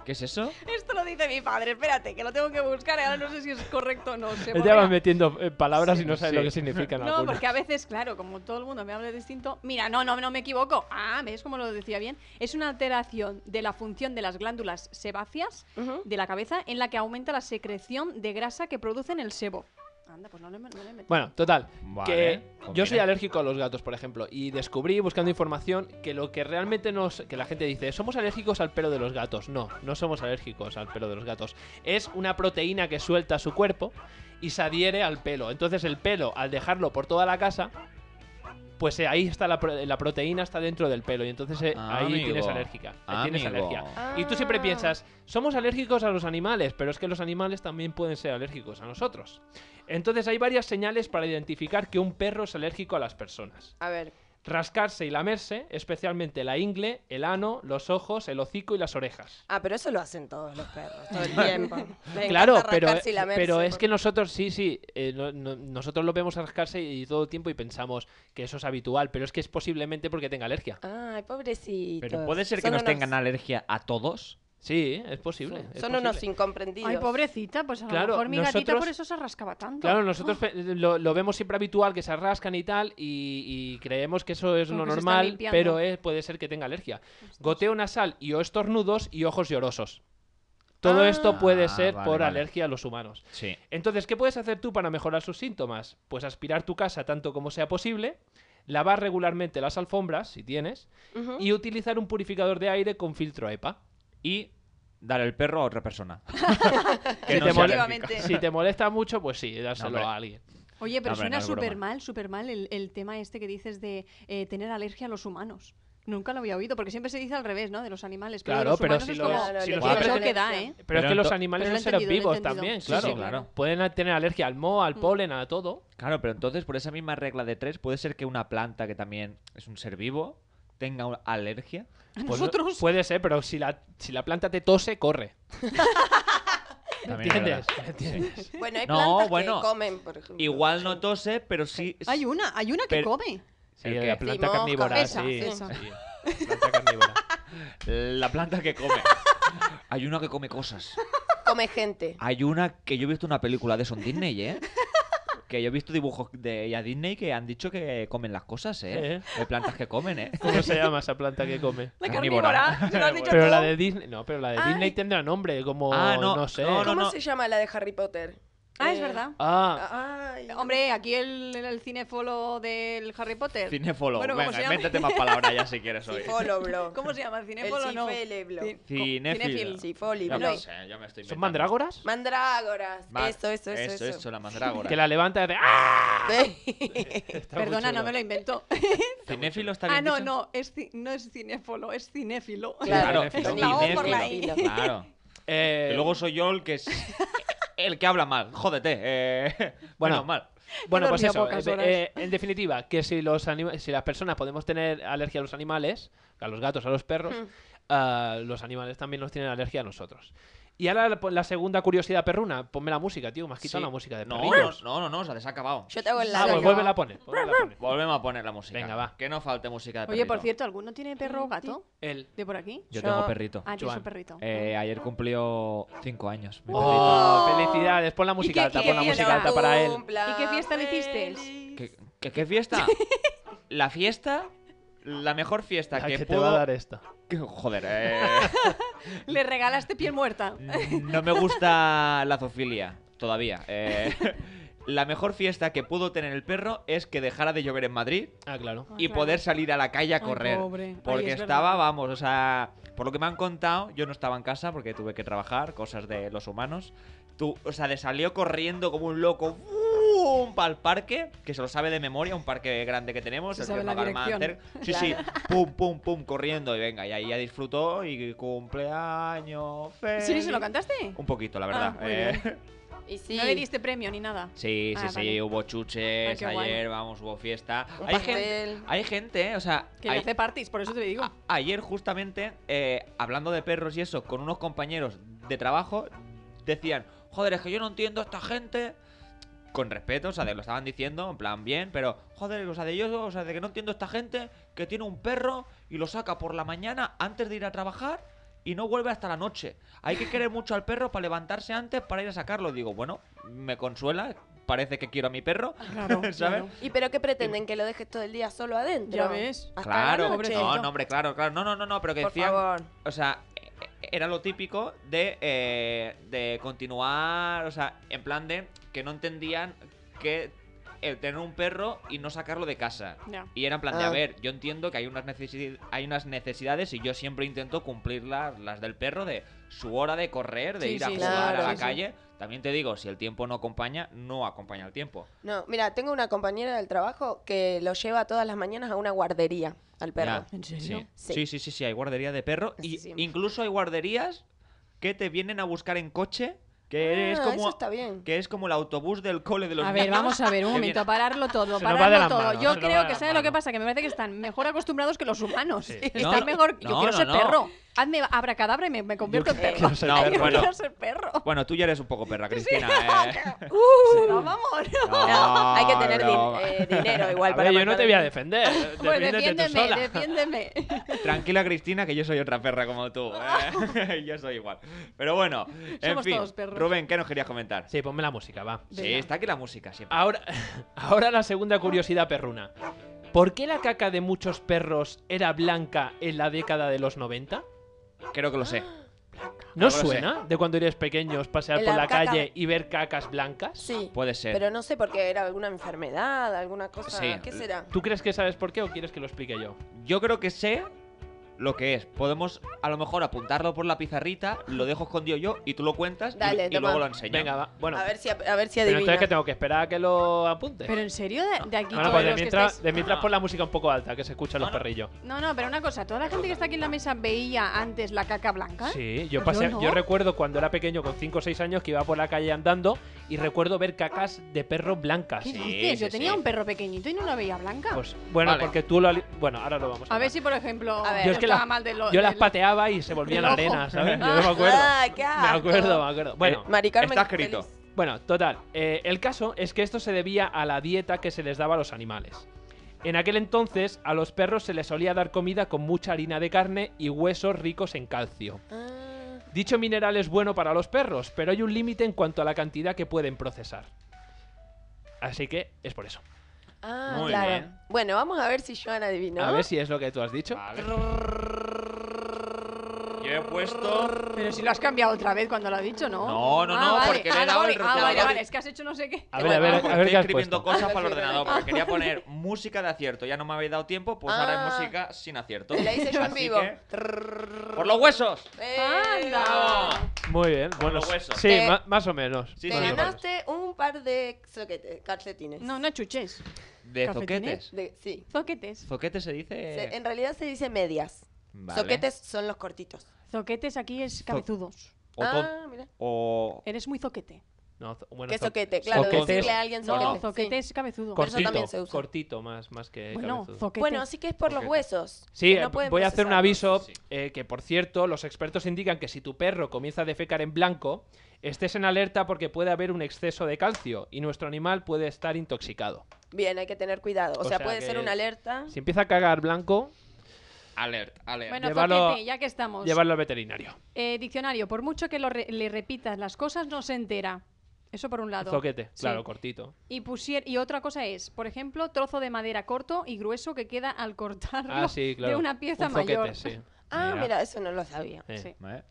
S4: ¿Qué es eso?
S3: [laughs] Esto lo dice mi padre, espérate, que lo tengo que buscar y ahora no sé si es correcto o no.
S1: Ya
S3: Se
S1: vas
S3: borrea.
S1: metiendo eh, palabras y no sabes
S4: sí.
S1: lo que significan
S3: No,
S1: algunas.
S3: porque a veces, claro, como todo el mundo me habla distinto, mira, no, no, no me equivoco. Ah, ¿ves cómo lo decía bien? Es una alteración de la función de las glándulas sebáceas
S2: Ujú.
S3: de la cabeza en la que aumenta la secreción de grasa que producen el sebo. Anda, pues no le, no le meto.
S1: Bueno, total.
S4: Vale, pues
S1: que yo
S4: combina.
S1: soy alérgico a los gatos, por ejemplo, y descubrí buscando información que lo que realmente nos. que la gente dice, somos alérgicos al pelo de los gatos. No, no somos alérgicos al pelo de los gatos. Es una proteína que suelta su cuerpo y se adhiere al pelo. Entonces el pelo, al dejarlo por toda la casa. Pues eh, ahí está la, pro- la proteína, está dentro del pelo y entonces eh, ahí
S4: Ah, Amigo. Ah,
S1: tienes alérgica. eh, tienes
S4: Amigo.
S1: alergia. Y tú siempre
S2: Ah.
S1: piensas, somos alérgicos a los animales, pero es que los animales también pueden ser alérgicos a nosotros. Entonces hay varias señales para identificar que un perro es alérgico a las personas.
S2: A ver,
S1: Rascarse y lamerse, especialmente la ingle, el ano, los ojos, el hocico y las orejas.
S2: Ah, pero eso lo hacen todos los perros, todo el tiempo. Les
S1: Claro,
S2: encanta
S1: pero,
S2: rascarse y lamerse,
S1: pero es
S2: porque-
S1: que nosotros, sí, sí, eh, no- no- nosotros lo vemos rascarse y todo el tiempo y pensamos que eso es habitual, pero es que es posiblemente porque tenga alergia.
S2: Ay, pobrecitos.
S4: Pero puede ser que
S2: Son
S4: nos
S2: unos-
S4: tengan alergia a todos.
S1: Sí, es posible. es
S2: Son
S1: posible.
S2: unos incomprendidos.
S3: Ay, pobrecita, pues a
S1: Claro,
S3: lo mejor mi gatita
S1: nosotros-
S3: por eso se rascaba tanto.
S1: Claro, nosotros pe- lo, lo vemos siempre habitual, que se rascan y tal, y, y creemos que eso es
S3: Como
S1: lo
S3: que se está
S1: normal,
S3: limpiando.
S1: pero es- puede ser que tenga alergia. Goteo nasal y o estornudos y ojos llorosos. Todo
S2: Ah.
S1: esto puede
S4: Ah,
S1: ser
S4: vale,
S1: por
S4: vale.
S1: alergia a los humanos.
S4: Sí.
S1: Entonces, ¿qué puedes hacer tú para mejorar sus síntomas? Pues aspirar tu casa tanto como sea posible, lavar regularmente las alfombras, si tienes,
S2: Ujú.
S1: y utilizar un purificador de aire con filtro E EPA.
S4: Y dar el perro a
S2: [laughs]
S4: otra persona.
S1: Si
S4: que no
S1: te
S4: sea
S1: mole- [laughs]
S4: alérgica.
S1: Si te molesta mucho, pues sí, dárselo
S4: hombre.
S1: a alguien.
S3: [gasps] Oye,
S1: Ah,
S4: No,
S3: pero
S4: hombre,
S3: suena
S4: no, es broma.
S3: súper mal, súper mal el, el tema este que dices de eh, tener alergia a los humanos. Nunca lo había oído, porque siempre se dice al revés, ¿no? De los animales. Pero de
S1: Claro,
S3: los
S1: pero
S3: humanos
S1: si
S3: es
S1: los,
S3: como...
S2: Claro,
S1: si
S2: le
S1: los
S2: tiene
S1: humaros-
S3: Eso
S2: Pero-
S3: que da, ¿eh?
S1: Pero es
S4: Pero
S1: que los
S4: ento-
S1: animales
S3: pero lo
S1: son
S3: he
S1: seres
S3: entendido, Mm. lo
S1: vivos
S3: he entendido.
S1: también,
S3: Sí,
S1: claro.
S4: sí, claro.
S1: Pueden a- tener alergia al moho, al polen, a todo.
S3: [laughs]
S4: Claro, pero entonces por esa misma regla de tres puede ser que una planta que también es un ser vivo tenga una alergia.
S1: Pues no-
S3: nosotros?
S1: puede ser, pero si la, si la planta te tose, corre.
S4: También es
S1: ¿Entiendes?
S4: verdad.
S1: [laughs] ¿Entiendes?
S2: Bueno, hay
S4: No,
S2: plantas
S4: bueno,
S2: que comen, por ejemplo.
S4: Igual no tose, pero sí.
S3: Hay una, hay una que
S4: Pero-
S3: come.
S1: Sí,
S4: ¿El qué?
S1: la planta
S2: Sí, mosca.
S1: carnívora,
S3: Esa,
S1: sí.
S3: esa.
S1: sí, la planta carnívora.
S4: La planta que
S3: [laughs]
S4: come. Hay una que come cosas.
S2: Come
S4: [laughs]
S2: gente.
S4: Hay una que yo he visto una película de eso en Disney, ¿eh? Que yo he visto dibujos de ella Disney que han dicho que comen las cosas, ¿eh? Hay plantas que comen, ¿eh?
S1: ¿Cómo se llama esa planta que come?
S3: La
S4: Carnívora.
S3: carnívora. se [laughs] lo has dicho
S1: Pero
S3: tú.
S1: la de Disney, no, pero la de
S3: Ay.
S1: Disney tendrá nombre, como
S4: Ah,
S1: no,
S4: no,
S1: sé.
S4: no,
S2: ¿Cómo se llama la de Harry Potter?
S3: Ah, es
S2: Eh,
S3: verdad.
S1: Ah,
S2: Ay,
S3: Hombre, aquí el, el cinéfolo del Harry Potter.
S4: Cinefolo.
S3: Bueno, ¿cómo se
S4: Venga,
S3: llama?
S4: métete más palabras ya si quieres hoy.
S2: Cifolo, bro.
S3: ¿Cómo se llama?
S2: El
S3: ¿Cinéfolo no?
S2: ciféleblo.
S3: Cin- co-
S4: Cinéfilo.
S2: Cifoli,
S4: Yo
S2: bro.
S4: qué sé, yo me estoy
S1: ¿son
S4: inventando.
S1: mandrágoras?
S2: Mandrágoras.
S4: Ma-
S2: Eso, eso, eso.
S4: Eso, eso, la mandrágora.
S1: Que la levanta de... ¡Ah!
S2: Sí. [laughs]
S1: Está muy chulo.
S3: Perdona, no me
S1: [laughs]
S3: lo invento.
S4: Cinéfilo está bien
S3: ah, no,
S4: dicho?
S3: no, es ci- no es cinéfolo, es cinéfilo.
S2: Claro,
S4: Claro,
S2: con
S3: la O por la
S2: cinéfilo.
S3: I.
S4: Claro.
S1: Eh,
S4: Y luego soy yo el que [laughs] es el que habla mal. Jódete. Eh,
S1: Bueno.
S4: [laughs] bueno, mal.
S1: [laughs] Bueno,
S3: He
S1: pues
S3: dormido
S1: eso.
S3: pocas
S1: eh,
S3: horas.
S1: eh, en definitiva, que si los anima- si las personas podemos tener alergia a los animales, a los gatos, a los perros,
S3: Hmm.
S1: ah, los animales también nos tienen alergia a nosotros. Y ahora la, la segunda curiosidad perruna, ponme la música, tío, me has quitado
S4: Sí.
S1: la música de
S4: No, no,
S1: perrillos.
S4: no, no, no, se ha acabado.
S2: Yo te hago el
S1: Ah,
S2: lado.
S1: pues vuélvela a poner. vuélvela a poner.
S4: Volvemos a poner la música.
S1: Venga, va.
S4: Que no falte música de
S3: Oye, por
S4: perrito.
S3: cierto, ¿alguno tiene perro o gato?
S1: El...
S3: ¿De por aquí?
S4: Yo
S2: Yo-
S4: tengo perrito.
S3: Ah, tienes
S1: Joan.
S3: un perrito.
S4: Eh, ayer cumplió 5 años. mi
S1: ¡Oh! ¡Felicidades! Pon la música
S3: qué-
S1: alta,
S3: qué
S1: pon la
S3: bien
S1: música alta
S3: hago?
S1: para él.
S3: ¿Y qué fiesta le hicisteis?
S4: perrito. ¿Qué, qué- qué
S3: [laughs]
S4: fiesta? la fiesta, la mejor fiesta
S1: Ay,
S4: que,
S1: que te
S4: puedo...
S1: va a dar esta.
S4: que- [laughs] Joder, eh,
S3: ¿Le regalaste piel muerta?
S4: no me gusta la zoofilia todavía. [laughs] eh. la mejor fiesta que pudo tener el perro es que dejara de llover en Madrid
S1: Ah, claro.
S3: Ah,
S4: y
S3: claro.
S4: poder salir a la calle a
S3: Ay,
S4: correr.
S3: pobre. Ay,
S4: Porque
S3: es
S4: estaba,
S3: verdad.
S4: vamos, o sea, por lo que me han contado, yo no estaba en casa porque tuve que trabajar, cosas de los humanos. Tú, o sea, le salió corriendo como un loco para el parque, que se lo sabe de memoria, un parque grande que tenemos,
S3: Se
S4: el
S3: sabe
S4: que
S3: la
S4: nos agarra más
S3: dirección.
S4: cerca. Sí, sí, pum, pum, pum, corriendo y venga, y ahí ya disfrutó y cumpleaños.
S3: ¿Sí?
S4: feliz.
S3: ¿Se lo cantaste?
S4: Un poquito, la verdad.
S3: Ah, muy
S4: eh.
S2: Y sí.
S3: No le diste premio ni nada.
S4: Sí,
S3: [laughs]
S4: sí,
S3: Ah,
S4: sí,
S3: vale.
S4: hubo
S3: Ay,
S4: chuches
S3: qué guay.
S4: ayer, vamos, hubo fiesta.
S2: Un
S4: hay,
S2: pastel.
S4: gente, hay gente, eh, o sea,
S3: Que
S4: hay-
S3: le hace parties, por eso
S1: [laughs]
S3: te digo.
S4: a- ayer justamente, eh, hablando de perros y eso, con unos compañeros de trabajo, decían, joder, es que yo no entiendo a esta gente con respeto, o sea, de- lo estaban diciendo, en plan bien, pero joder, o sea, de yo, o sea, de que no entiendo esta gente que tiene un perro y lo saca por la mañana antes de ir a trabajar y no vuelve hasta la noche. Hay que querer mucho al perro para levantarse antes para ir a sacarlo. Digo, bueno, me consuela, parece que quiero a mi perro,
S3: Claro,
S4: ¿sabes?
S3: claro.
S2: ¿Y pero qué pretenden? ¿Que lo dejes todo el día solo adentro?
S3: Ya ves.
S2: Hasta la
S4: Claro,
S2: noche.
S4: no, no, hombre, claro, claro, no, no, no, no, pero que
S2: Por
S4: decían,
S2: favor.
S4: o sea, e- e- era lo típico de, eh, de continuar, o sea, en plan de que no entendían que el tener un perro y no sacarlo de casa.
S3: Ya.
S4: Y era en plan de, a
S2: Ah.
S4: ver, yo entiendo que hay unas, necesi- hay unas necesidades y yo siempre intento cumplirlas, las del perro, de su hora de correr, de
S3: Sí,
S4: ir a
S3: sí,
S4: jugar
S2: claro,
S4: a la
S2: sí, sí.
S4: calle. También te digo, si el tiempo no acompaña, no acompaña el tiempo.
S2: No, mira, tengo una compañera del trabajo que lo lleva todas las mañanas a una guardería al perro.
S4: Ya.
S3: ¿En serio?
S4: Sí.
S2: Sí.
S4: sí, sí, sí, sí, hay guardería de perro. Y
S2: Sí.
S4: incluso hay guarderías que te vienen a buscar en coche, que es
S2: Ah,
S4: como...
S2: eso está bien.
S4: Que es como el autobús del cole de los
S3: A ver,
S4: niños.
S3: vamos a ver, un
S4: Que
S3: momento,
S4: viene-
S3: pararlo todo,
S1: Se nos va de
S3: pararlo
S1: las
S3: todo.
S1: manos,
S3: Yo
S1: se nos va de
S3: creo que
S1: las
S3: ¿sabes lo que
S1: manos.
S3: pasa? Que me parece que están mejor acostumbrados que los humanos.
S1: Sí.
S3: [laughs] Están
S4: No,
S3: mejor. Yo
S4: no,
S3: quiero
S4: no,
S3: ser
S4: no.
S3: perro. Hazme abracadabra y me, me
S1: [laughs]
S3: convierto en perro.
S1: quiero ser
S4: No,
S3: Ay, [laughs] yo
S4: bueno.
S3: quiero ser perro.
S4: Bueno, tú ya eres un poco perra, Cristina. eh.
S3: Uh, no, vamos.
S4: No,
S2: No, [laughs] hay que tener din-
S4: no.
S2: eh, dinero igual
S1: A
S2: para
S1: ver, yo no
S2: mandar-
S1: te voy a
S3: [laughs]
S1: defender. eh,
S3: Pues
S1: defiéndete tú
S3: defiéndeme,
S1: sola. [laughs]
S3: defiéndeme.
S4: Tranquila, Cristina, que yo soy otra perra como tú. eh. [laughs] yo soy igual. Pero bueno, en
S3: Somos
S4: fin.
S3: todos perros.
S4: Rubén, ¿qué nos querías comentar?
S1: Sí, ponme la música, va.
S4: Sí,
S3: Venga.
S4: está aquí la música siempre.
S1: Ahora, [laughs] ahora la segunda curiosidad perruna. ¿Por qué la caca de muchos perros era blanca en la década de los 90?
S4: Creo que lo sé.
S1: ¿No
S4: Ahora sí.
S1: suena de cuando eres pequeños pasear
S2: En
S1: por
S2: la
S1: la
S2: caca-
S1: calle y ver cacas blancas?
S2: Sí,
S4: Puede ser.
S2: pero no sé porque era alguna enfermedad, alguna cosa.
S4: Sí.
S2: ¿Qué será?
S1: ¿Tú crees que sabes por qué o quieres que lo explique yo?
S4: Yo creo que sé lo que es. Podemos a lo mejor apuntarlo por la pizarrita, lo dejo escondido yo y tú lo cuentas y-
S2: Dale,
S4: y,
S2: toma.
S4: luego lo enseñas.
S1: Venga, va. Bueno,
S2: A ver si, a ver
S1: pero
S2: si adivina.
S1: entonces que tengo que esperar a que lo apunte.
S3: Pero en serio, de, de aquí
S1: Bueno,
S3: todos
S1: pues de
S3: los que
S1: mientras,
S3: estáis-
S1: de mientras
S4: No.
S1: pon la música un poco alta, que se escuchan los
S4: No, no.
S1: perrillos.
S3: No, no, pero una cosa, ¿toda la gente que está aquí en la mesa veía antes la caca blanca?
S1: Sí, yo
S3: ¿Ah? Yo
S1: pasé,
S3: no.
S1: yo recuerdo cuando era pequeño, con 5 o 6 años, que iba por la calle andando y recuerdo ver cacas de perros blancas.
S3: ¿Qué
S4: Sí,
S3: dices? Yo
S4: sí,
S3: tenía
S4: sí.
S3: un perro pequeñito y no la veía blanca.
S1: Pues, bueno,
S4: Vale.
S1: porque tú lo... ali- Bueno, ahora lo vamos a
S3: Ah. a ver
S1: hablar.
S3: si, por ejemplo,
S2: A ver.
S3: yo
S1: Yo es que
S3: estaba
S1: las-
S3: mal de lo-
S1: Yo las
S3: del-
S1: pateaba y se volvían
S3: del
S1: arena,
S2: [laughs]
S3: ojo.
S1: ¿sabes? Yo me acuerdo.
S2: Ah, Eh. qué
S1: Me
S2: asco.
S1: acuerdo, me acuerdo. Bueno,
S2: Mari Carmen
S4: Está escrito.
S2: feliz.
S1: Bueno, total. eh, el caso es que esto se debía a la dieta que se les daba a los animales. En aquel entonces, a los perros se les solía dar comida con mucha harina de carne y huesos ricos en calcio.
S2: Ah,
S1: Dicho mineral es bueno para los perros, pero hay un límite en cuanto a la cantidad que pueden procesar. Así que es por eso.
S2: ah,
S4: Muy
S2: claro.
S4: bien.
S2: Bueno, vamos a ver si Joan adivinó.
S1: A ver si es lo que tú has dicho.
S4: Vale. Yo he puesto.
S3: Pero si lo has cambiado otra vez cuando lo has dicho, ¿no?
S4: No, no,
S3: Ah,
S4: no,
S3: vale.
S4: porque le he
S3: Ah,
S4: dado
S3: vale,
S4: el
S3: Ah, vale,
S4: rotulador.
S3: vale, es que has hecho no sé qué.
S1: A ver, a ver,
S4: porque
S1: a ver
S4: estoy
S1: qué has
S4: escribiendo
S1: puesto.
S4: cosas para el
S2: Ah, Sí,
S4: ordenador
S2: vale. [laughs]
S4: porque quería poner música de acierto. Ya no me habéis dado tiempo, pues ahora
S2: Ah.
S4: es música sin acierto.
S2: La hice yo en
S4: Así
S2: vivo.
S4: que, ¡Por los huesos!
S2: ¡Eh!
S3: Anda.
S2: Ah.
S1: Muy bien, bueno.
S4: los huesos.
S1: Sí,
S2: Te-
S1: ma- más o menos.
S2: Te
S4: Sí,
S1: Más o menos.
S2: ganaste un par de zoquete- calcetines.
S3: No, no chuches.
S4: ¿De
S3: ¿Calcetines?
S4: zoquetes?
S2: De- sí.
S3: Zoquetes.
S4: ¿Zoquetes se dice?
S2: Se- en realidad se dice medias.
S4: Vale.
S2: Zoquetes son los cortitos.
S3: Zoquetes aquí es cabezudos.
S4: O, to-
S2: ah, mira.
S4: o-
S3: Eres muy zoquete.
S1: No, zo- bueno,
S2: Que
S1: zo-
S2: zoquete, claro.
S1: zoquete
S2: Decirle
S1: es
S2: a alguien
S3: No,
S2: zoquete.
S3: no, zoquete es cabezudo.
S2: Por eso
S1: cortito,
S2: también se usa.
S1: cortito más, más que
S3: Bueno,
S1: cabezudo.
S3: zoquete.
S2: Bueno, así que es por los
S4: Zoquete.
S2: huesos.
S1: Sí,
S2: que no
S1: eh,
S2: pueden
S1: voy a hacer un aviso
S4: Sí.
S1: eh, que, por cierto, los expertos indican que si tu perro comienza a defecar en blanco, estés en alerta porque puede haber un exceso de calcio y nuestro animal puede estar intoxicado.
S2: procesarlos. Bien, hay que tener cuidado. O,
S1: O
S2: sea,
S1: sea
S2: puede
S1: que-
S2: ser una alerta.
S1: Si empieza a cagar blanco,
S4: Alert, alert.
S3: Bueno,
S1: Llévalo-
S3: zoquete, ya que estamos.
S1: llevarlo al veterinario.
S3: Eh, diccionario, por mucho que lo re- le repitas las cosas, no se entera. Eso por un lado.
S1: Zoquete,
S3: Sí.
S1: claro, cortito.
S3: Y, pusier- y otra cosa es, por ejemplo, trozo de madera corto y grueso que queda al cortarlo
S1: Ah,
S3: [laughs]
S1: sí, claro.
S3: de una pieza
S1: Un zoquete,
S4: [laughs]
S3: mayor.
S1: sí.
S2: Ah, mira, eso no lo sabía.
S1: Eh.
S3: Sí,
S4: ¿Eh?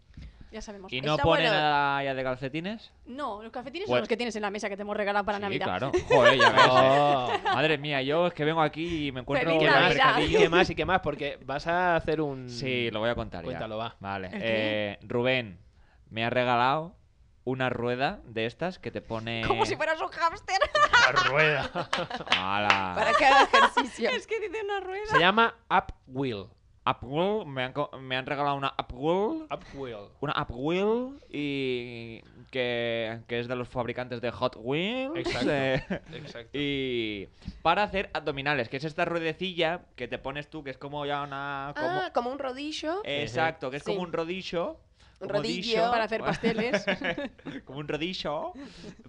S3: ya sabemos.
S4: ¿Y no
S2: Está
S4: pone
S2: bueno.
S4: nada ya de calcetines?
S3: No, los cafetines
S4: Bueno.
S3: son los que tienes en la mesa que te hemos regalado para
S4: sí,
S3: Navidad.
S4: claro. Joder, ya
S1: [laughs]
S4: ves. eh.
S1: Oh.
S4: Madre mía, yo es que vengo aquí y me encuentro
S3: Feliz
S1: ¿Qué
S4: en el
S1: más?
S3: Navidad.
S1: [laughs]
S4: mercadillo.
S1: ¿Y qué más? ¿Y qué más? Porque vas a hacer un...
S4: Sí, lo voy a contar ya.
S1: Cuéntalo, va.
S4: Vale.
S3: ¿El
S4: eh, Rubén, me ha regalado una rueda de estas que te pone...
S3: [laughs] Como si fueras un hámster.
S1: La rueda.
S4: ¡Hala!
S2: Para que haga
S3: [laughs]
S2: ejercicio.
S3: es que dice una
S1: [laughs] [laughs]
S3: rueda.
S1: Se llama Upwheel.
S4: Upwheel, me han, co- me han regalado una Upwheel,
S1: Upwheel.
S4: una Upwheel y que, que es de los fabricantes de Hot Wheels.
S1: Exacto.
S4: eh,
S1: Exacto.
S4: y para hacer abdominales, que es esta ruedecilla que te pones tú, que es como ya una... como-
S2: Ah, como un rodillo.
S4: exacto, que es
S2: Ah, Sí.
S4: como un rodillo
S2: Un
S4: como
S2: rodillo.
S4: dicho,
S3: Para hacer pasteles.
S4: como un rodillo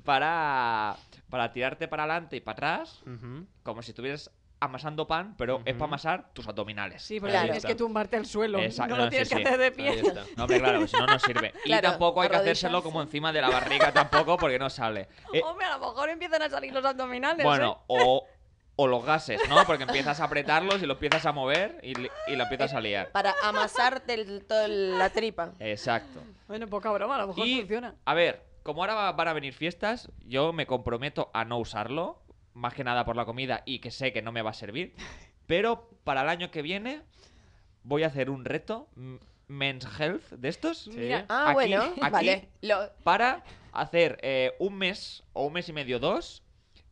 S4: para, para tirarte para adelante y para atrás,
S1: Ujú.
S4: como si estuvieras amasando pan, pero es
S1: Ujú.
S4: para amasar tus abdominales.
S3: Sí,
S1: porque
S3: porque
S2: Claro.
S3: tienes que tumbarte al suelo.
S4: Exacto,
S3: No lo
S4: no,
S3: tienes
S4: sí,
S3: que
S4: sí.
S3: hacer de
S1: Ahí
S3: pie. [laughs]
S1: está.
S4: No, hombre, claro, que si no,
S2: [laughs]
S4: no sirve. y
S2: Claro,
S4: tampoco hay que
S2: arrodillarse.
S4: hacérselo como encima de la barriga tampoco, porque
S2: [laughs]
S4: no sale. Eh,
S2: Oh,
S3: Hombre, a lo mejor empiezan a salir los abdominales. ¿eh?
S4: bueno, o, o los gases, ¿no? Porque empiezas a apretarlos y los empiezas a mover y, li- y la empiezas a liar.
S2: Para amasarte el- toda la tripa.
S4: Exacto.
S3: Bueno, poca broma, a lo mejor
S4: Y,
S3: funciona.
S4: a ver, como ahora va- van a venir fiestas, yo me comprometo a no usarlo, más que nada por la comida y que sé que no me va a servir, pero para el año que viene voy a hacer un reto mm, Men's Health de estos
S3: Mira,
S2: Ah,
S4: Aquí-
S2: bueno,
S4: aquí-
S2: vale. Lo-
S4: para hacer eh, un mes o un mes y medio, dos,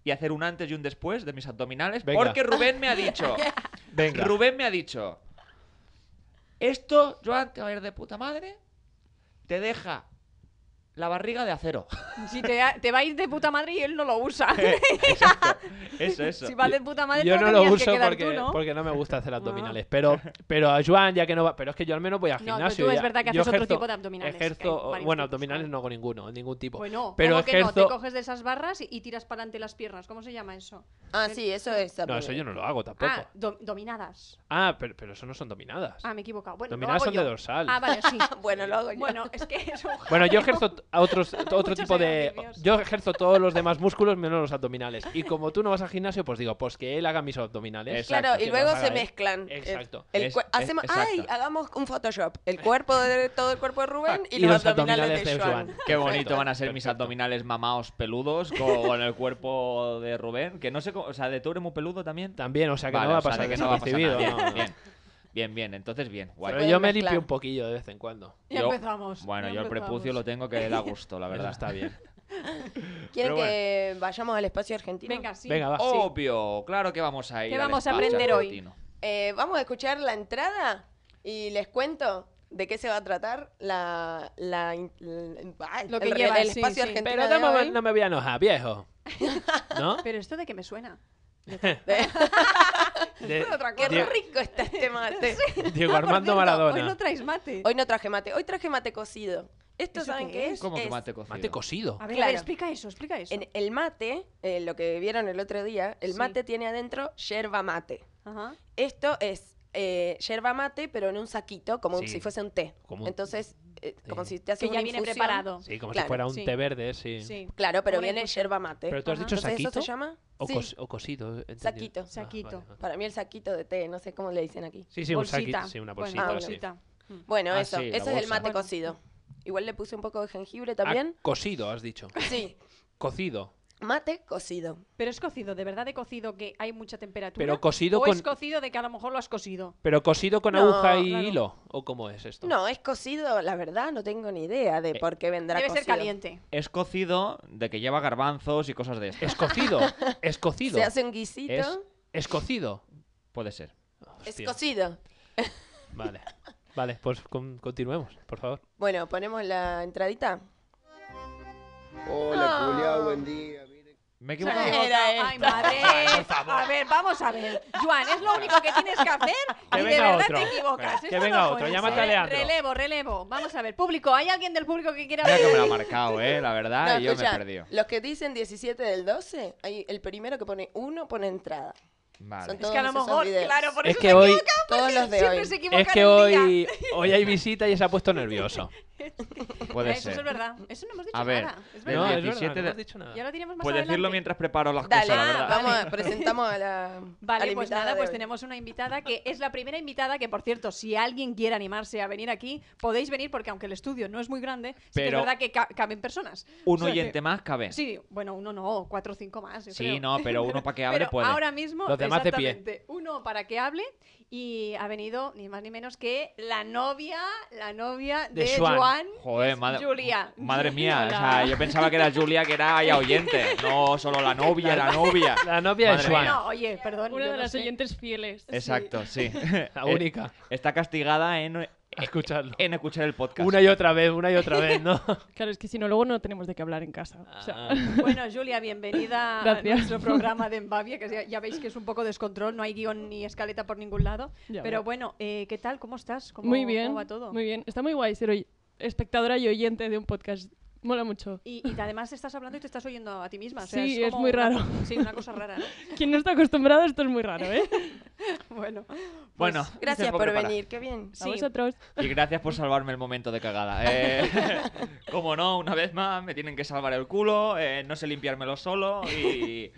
S4: y hacer un antes y un después de mis abdominales,
S1: Venga.
S4: porque Rubén me
S2: [laughs]
S4: ha dicho...
S1: Venga.
S4: Rubén me ha dicho: Esto, Joan, te va a ir de puta madre. Te deja la barriga de [laughs] acero.
S3: si te, te va a ir de puta madre y él no lo usa.
S4: Exacto. Eso, eso.
S3: si vas de puta madre,
S1: Yo
S3: te
S1: no lo
S3: tendrías que
S1: uso
S3: quedar
S1: porque,
S3: tú, ¿no? Ah.
S1: porque no me gusta hacer abdominales. Pero, pero a Joan, ya que no va. Pero es que yo al menos voy al
S3: No, pero
S1: gimnasio.
S3: tú
S1: y
S3: es
S1: ya-
S3: verdad que
S1: yo
S3: haces otro
S1: ejerzo-
S3: tipo de abdominales, que hay
S1: Ejerzo,
S3: varios
S1: bueno,
S3: tipos,
S1: abdominales
S3: claro.
S1: no hago ninguno, ningún tipo.
S3: Bueno,
S1: pero
S3: ¿cómo que no? Te
S1: ejerzo.
S3: coges de esas barras y, y tiras para adelante las piernas. ¿Cómo se llama eso?
S2: Ah, sí, eso es.
S1: No, eso yo no lo hago tampoco.
S3: pues Ah, do- dominadas.
S1: Ah, pero, pero eso no son dominadas.
S3: Ah, me he equivocado. Bueno, lo
S1: dominadas
S3: hago
S1: son
S3: yo.
S1: de dorsal.
S3: Ah, vale,
S1: [laughs]
S3: sí.
S2: Bueno, lo hago yo.
S3: bueno, es que es un
S1: Bueno, yo ejerzo t- a otros, otro
S3: Muchos
S1: tipo de...
S3: ejercicios.
S1: Yo ejerzo todos los demás músculos menos los abdominales. Y como tú no vas al gimnasio, pues digo, pues que él haga mis abdominales.
S4: Exacto.
S2: Claro, y
S1: que
S2: luego
S1: los haga
S2: se
S1: él.
S2: mezclan.
S1: Exacto.
S2: El
S4: Es-
S2: cue-
S4: es-
S2: hacemos,
S4: exacto.
S2: ay, hagamos un Photoshop. El cuerpo de todo el cuerpo de Rubén y,
S1: Y
S2: los,
S1: los
S2: abdominales,
S1: abdominales
S2: de
S1: de
S2: Joan.
S1: Joan.
S4: Qué bonito
S1: Perfecto,
S4: van a ser mis
S1: perfecto.
S4: abdominales mamaos peludos con el cuerpo de Rubén. Que no sé cómo. O sea, de tú eres muy peludo también.
S1: También, o sea que
S4: Vale,
S1: no va a
S4: o sea,
S1: pasar
S4: de que no va a pasar
S1: desapercibido,
S4: nada.
S1: no,
S4: Bien,
S1: no.
S4: bien. Bien, bien. Entonces, bien. Guay.
S1: Pero yo me
S2: Mezclar.
S1: limpio un poquillo de vez en cuando.
S3: Ya
S4: Yo-
S3: empezamos.
S4: Bueno,
S3: ya
S4: yo el
S3: empezamos.
S4: prepucio lo tengo que da gusto, la
S1: Eso
S4: verdad.
S1: está bien.
S2: ¿Quieren
S4: Pero bueno.
S2: que vayamos al espacio argentino?
S3: Venga, sí.
S1: Venga, va.
S4: Oh, Obvio, claro que vamos a ir.
S3: ¿Qué
S4: al
S3: vamos a
S4: espacio
S3: aprender hoy?
S4: argentino.
S2: Eh, vamos a escuchar la entrada y les cuento de qué se va a tratar la, la, la- ay,
S3: Lo que
S2: el, re-
S3: lleva,
S2: el
S3: sí,
S2: espacio
S3: sí.
S2: argentino.
S1: Pero
S2: de
S1: no me,
S2: hoy.
S1: no me voy a enojar,
S4: [laughs]
S1: viejo. ¿No?
S3: Pero esto de que me
S1: [laughs]
S3: suena.
S1: De-
S3: otra
S2: Qué
S3: cosa.
S1: Die-
S2: rico está este
S3: [laughs]
S2: mate.
S1: Diego
S3: Ah, por
S1: Armando
S3: cierto, Hoy
S1: Maradona.
S3: no traes mate.
S2: Hoy no traje mate, hoy traje mate cocido. ¿Esto
S3: ¿Eso
S2: saben
S3: qué
S2: qué
S3: es?
S2: es?
S4: ¿Cómo que
S2: Es-
S4: mate cocido?
S1: Mate cocido.
S3: A ver,
S2: Claro.
S3: a ver, explica eso, explica eso.
S2: en el mate, eh, lo que vieron el otro día, el
S3: Sí.
S2: mate tiene adentro yerba mate.
S3: Ajá.
S2: Esto es eh, yerba mate, pero en un saquito, como un-
S1: Sí.
S2: si fuese un té.
S1: Como un-
S2: Entonces, eh,
S1: Sí.
S2: como si te hace
S3: Que
S2: una
S3: ya viene
S2: infusión.
S3: preparado.
S1: Sí, como si
S2: Claro,
S1: fuera un
S3: sí.
S1: té verde, sí.
S3: Sí.
S2: Claro, pero
S3: Como una
S2: viene
S3: infusión.
S2: yerba mate.
S1: Pero tú has
S3: Ajá.
S1: dicho
S2: Entonces, ¿eso
S1: saquito
S2: se llama?
S1: o,
S2: Sí.
S1: cos- o cosido. ¿entendido?
S2: Saquito.
S1: Ah,
S3: Saquito.
S1: vale, vale.
S2: Para mí el saquito de té, no sé cómo le dicen aquí.
S1: Sí, sí, un
S3: bolsita.
S1: saquito. Sí, una
S3: Bueno,
S1: bolsita.
S2: ah,
S1: sí.
S3: bolsita. Mm.
S2: Bueno,
S4: Ah,
S2: eso,
S4: sí, la
S2: eso es el
S4: bolsa.
S2: mate
S3: Bueno.
S2: cocido. Igual le puse un poco de jengibre
S1: Ah,
S4: [laughs]
S2: también.
S1: cocido, has dicho.
S2: Sí,
S1: Cocido.
S2: mate cocido.
S3: Pero es cocido, de verdad de cocido que hay mucha temperatura.
S1: Pero cocido
S3: o
S1: con-
S3: es cocido de que a lo mejor lo has cocido.
S1: Pero cocido con
S2: No,
S1: aguja y
S3: claro.
S1: hilo. ¿O cómo es esto?
S2: No, es cocido, la verdad, no tengo ni idea
S4: Eh,
S2: de por qué vendrá
S3: Debe ser
S2: cocido.
S3: caliente.
S4: Es cocido de que lleva garbanzos y cosas de estas.
S1: Es cocido. Es cocido.
S2: Se hace un guisito.
S4: Es-
S1: Es cocido.
S4: Puede ser.
S2: Es
S1: Hostia.
S2: cocido.
S1: Vale. Vale, pues con- continuemos, por favor.
S2: Bueno, ponemos la entradita.
S5: Hola,
S2: Ah.
S5: culiao, buen día. Mire,
S4: Me he
S3: Se ha
S4: equivocado.
S3: equivocado. Ay, madre. A ver, vamos a ver. Juan, es lo único que tienes que hacer
S1: [laughs] Que
S3: y de
S1: venga
S3: verdad
S1: otro.
S3: te equivocas.
S1: Que
S3: Esto
S1: venga
S3: no
S1: otro,
S3: puede
S1: llámate
S3: ser.
S1: a Leandro.
S3: Relevo, relevo. Vamos a ver, público, ¿hay alguien del público que quiera
S4: Mira que me lo ha
S3: venir?
S4: marcado, eh, la
S2: No,
S4: verdad, y yo me he
S2: escucha,
S4: perdido.
S2: Los que dicen 17 del 12, hay el primero que pone 1 pone entrada.
S3: Ah,
S4: Vale.
S2: Son
S3: Es que a lo
S2: Todos esos
S3: mejor,
S2: videos.
S3: claro, por
S1: Es
S3: eso
S1: que
S3: se
S1: hoy-
S3: equivoca, porque
S2: Todos los de
S3: siempre
S2: hoy.
S3: se equivoca
S1: Es que
S3: en el día.
S1: hoy, hoy hay visita y se ha puesto nervioso.
S4: Puede
S3: Eso es
S4: ser.
S3: verdad. Eso no hemos dicho
S4: A ver,
S3: nada. Es
S4: del
S1: No,
S3: verdad.
S1: es verdad,
S4: 17
S1: no
S4: de-
S1: has dicho nada.
S3: Ya lo diremos más
S4: Puedes decirlo
S3: adelante.
S4: mientras preparo las
S2: Dale,
S4: cosas, la verdad.
S2: vamos
S3: Vale.
S2: a presentamos a la a la
S3: Vale, pues
S2: invitada
S3: nada,
S2: de
S3: pues
S2: hoy.
S3: tenemos una invitada que es la primera invitada que, por cierto, si alguien quiere animarse a venir aquí, podéis venir porque aunque el estudio no es muy grande, sí que es
S4: Pero-
S3: verdad que ca- caben personas. O
S4: Un
S3: sea que-
S4: oyente más cabe.
S3: Ah, Sí, bueno, uno no, cuatro o cinco más. yo
S4: Sí,
S3: creo.
S4: no, pero uno para que hable
S3: Pero
S4: puede.
S3: Ahora mismo,
S1: Los demás de pie.
S3: exactamente, uno para que hable y ha venido ni más ni menos que la novia, la novia
S1: De
S3: de,
S1: Joan.
S3: Joan.
S4: Joder, madre,
S3: Julia.
S4: madre mía, o sea,
S3: Hola.
S4: yo pensaba que era Julia, que era ya oyente, no solo la novia, la novia.
S1: La novia de
S4: Madre
S1: Juan,
S4: mía.
S3: No, oye, perdón.
S6: Una
S3: yo
S6: de
S3: no
S6: las
S3: sé.
S6: oyentes fieles.
S4: Exacto, sí.
S1: [laughs] la
S4: Eh, eh,
S1: única.
S4: Está castigada en,
S1: Escuchadlo.
S4: en escuchar el podcast.
S1: Una y otra vez, una y otra vez, ¿no?
S6: Claro, es que si no, luego no tenemos de qué hablar en casa. O sea,
S1: Ah,
S3: Bueno, Julia, bienvenida
S6: Gracias.
S3: a nuestro programa de Embavia, que ya, ya veis que es un poco descontrol, no hay guión ni escaleta por ningún lado.
S6: ya
S3: Pero
S6: veo.
S3: bueno, eh, ¿qué tal? ¿Cómo estás? ¿Cómo,
S6: muy bien.
S3: ¿Cómo va todo?
S6: Muy bien. Está muy guay ser hoy espectadora y oyente de un podcast. Mola mucho.
S3: Y, y además estás hablando y te estás oyendo a ti misma. o sea,
S6: Sí, es
S3: como
S6: muy
S3: una
S6: raro.
S3: co- [laughs] sí, una cosa rara,
S6: [laughs]
S3: ¿no?
S6: Quien no está acostumbrado, esto es muy raro, ¿eh?
S3: Bueno.
S4: Bueno,
S2: Pues, Gracias
S4: se
S2: por
S4: prepara.
S2: venir, qué bien.
S6: A
S3: [laughs] Sí.
S6: vosotros.
S4: Y gracias por salvarme el momento de cagada. Eh, como no, una vez más me tienen que salvar el culo, eh, no sé limpiármelo solo y...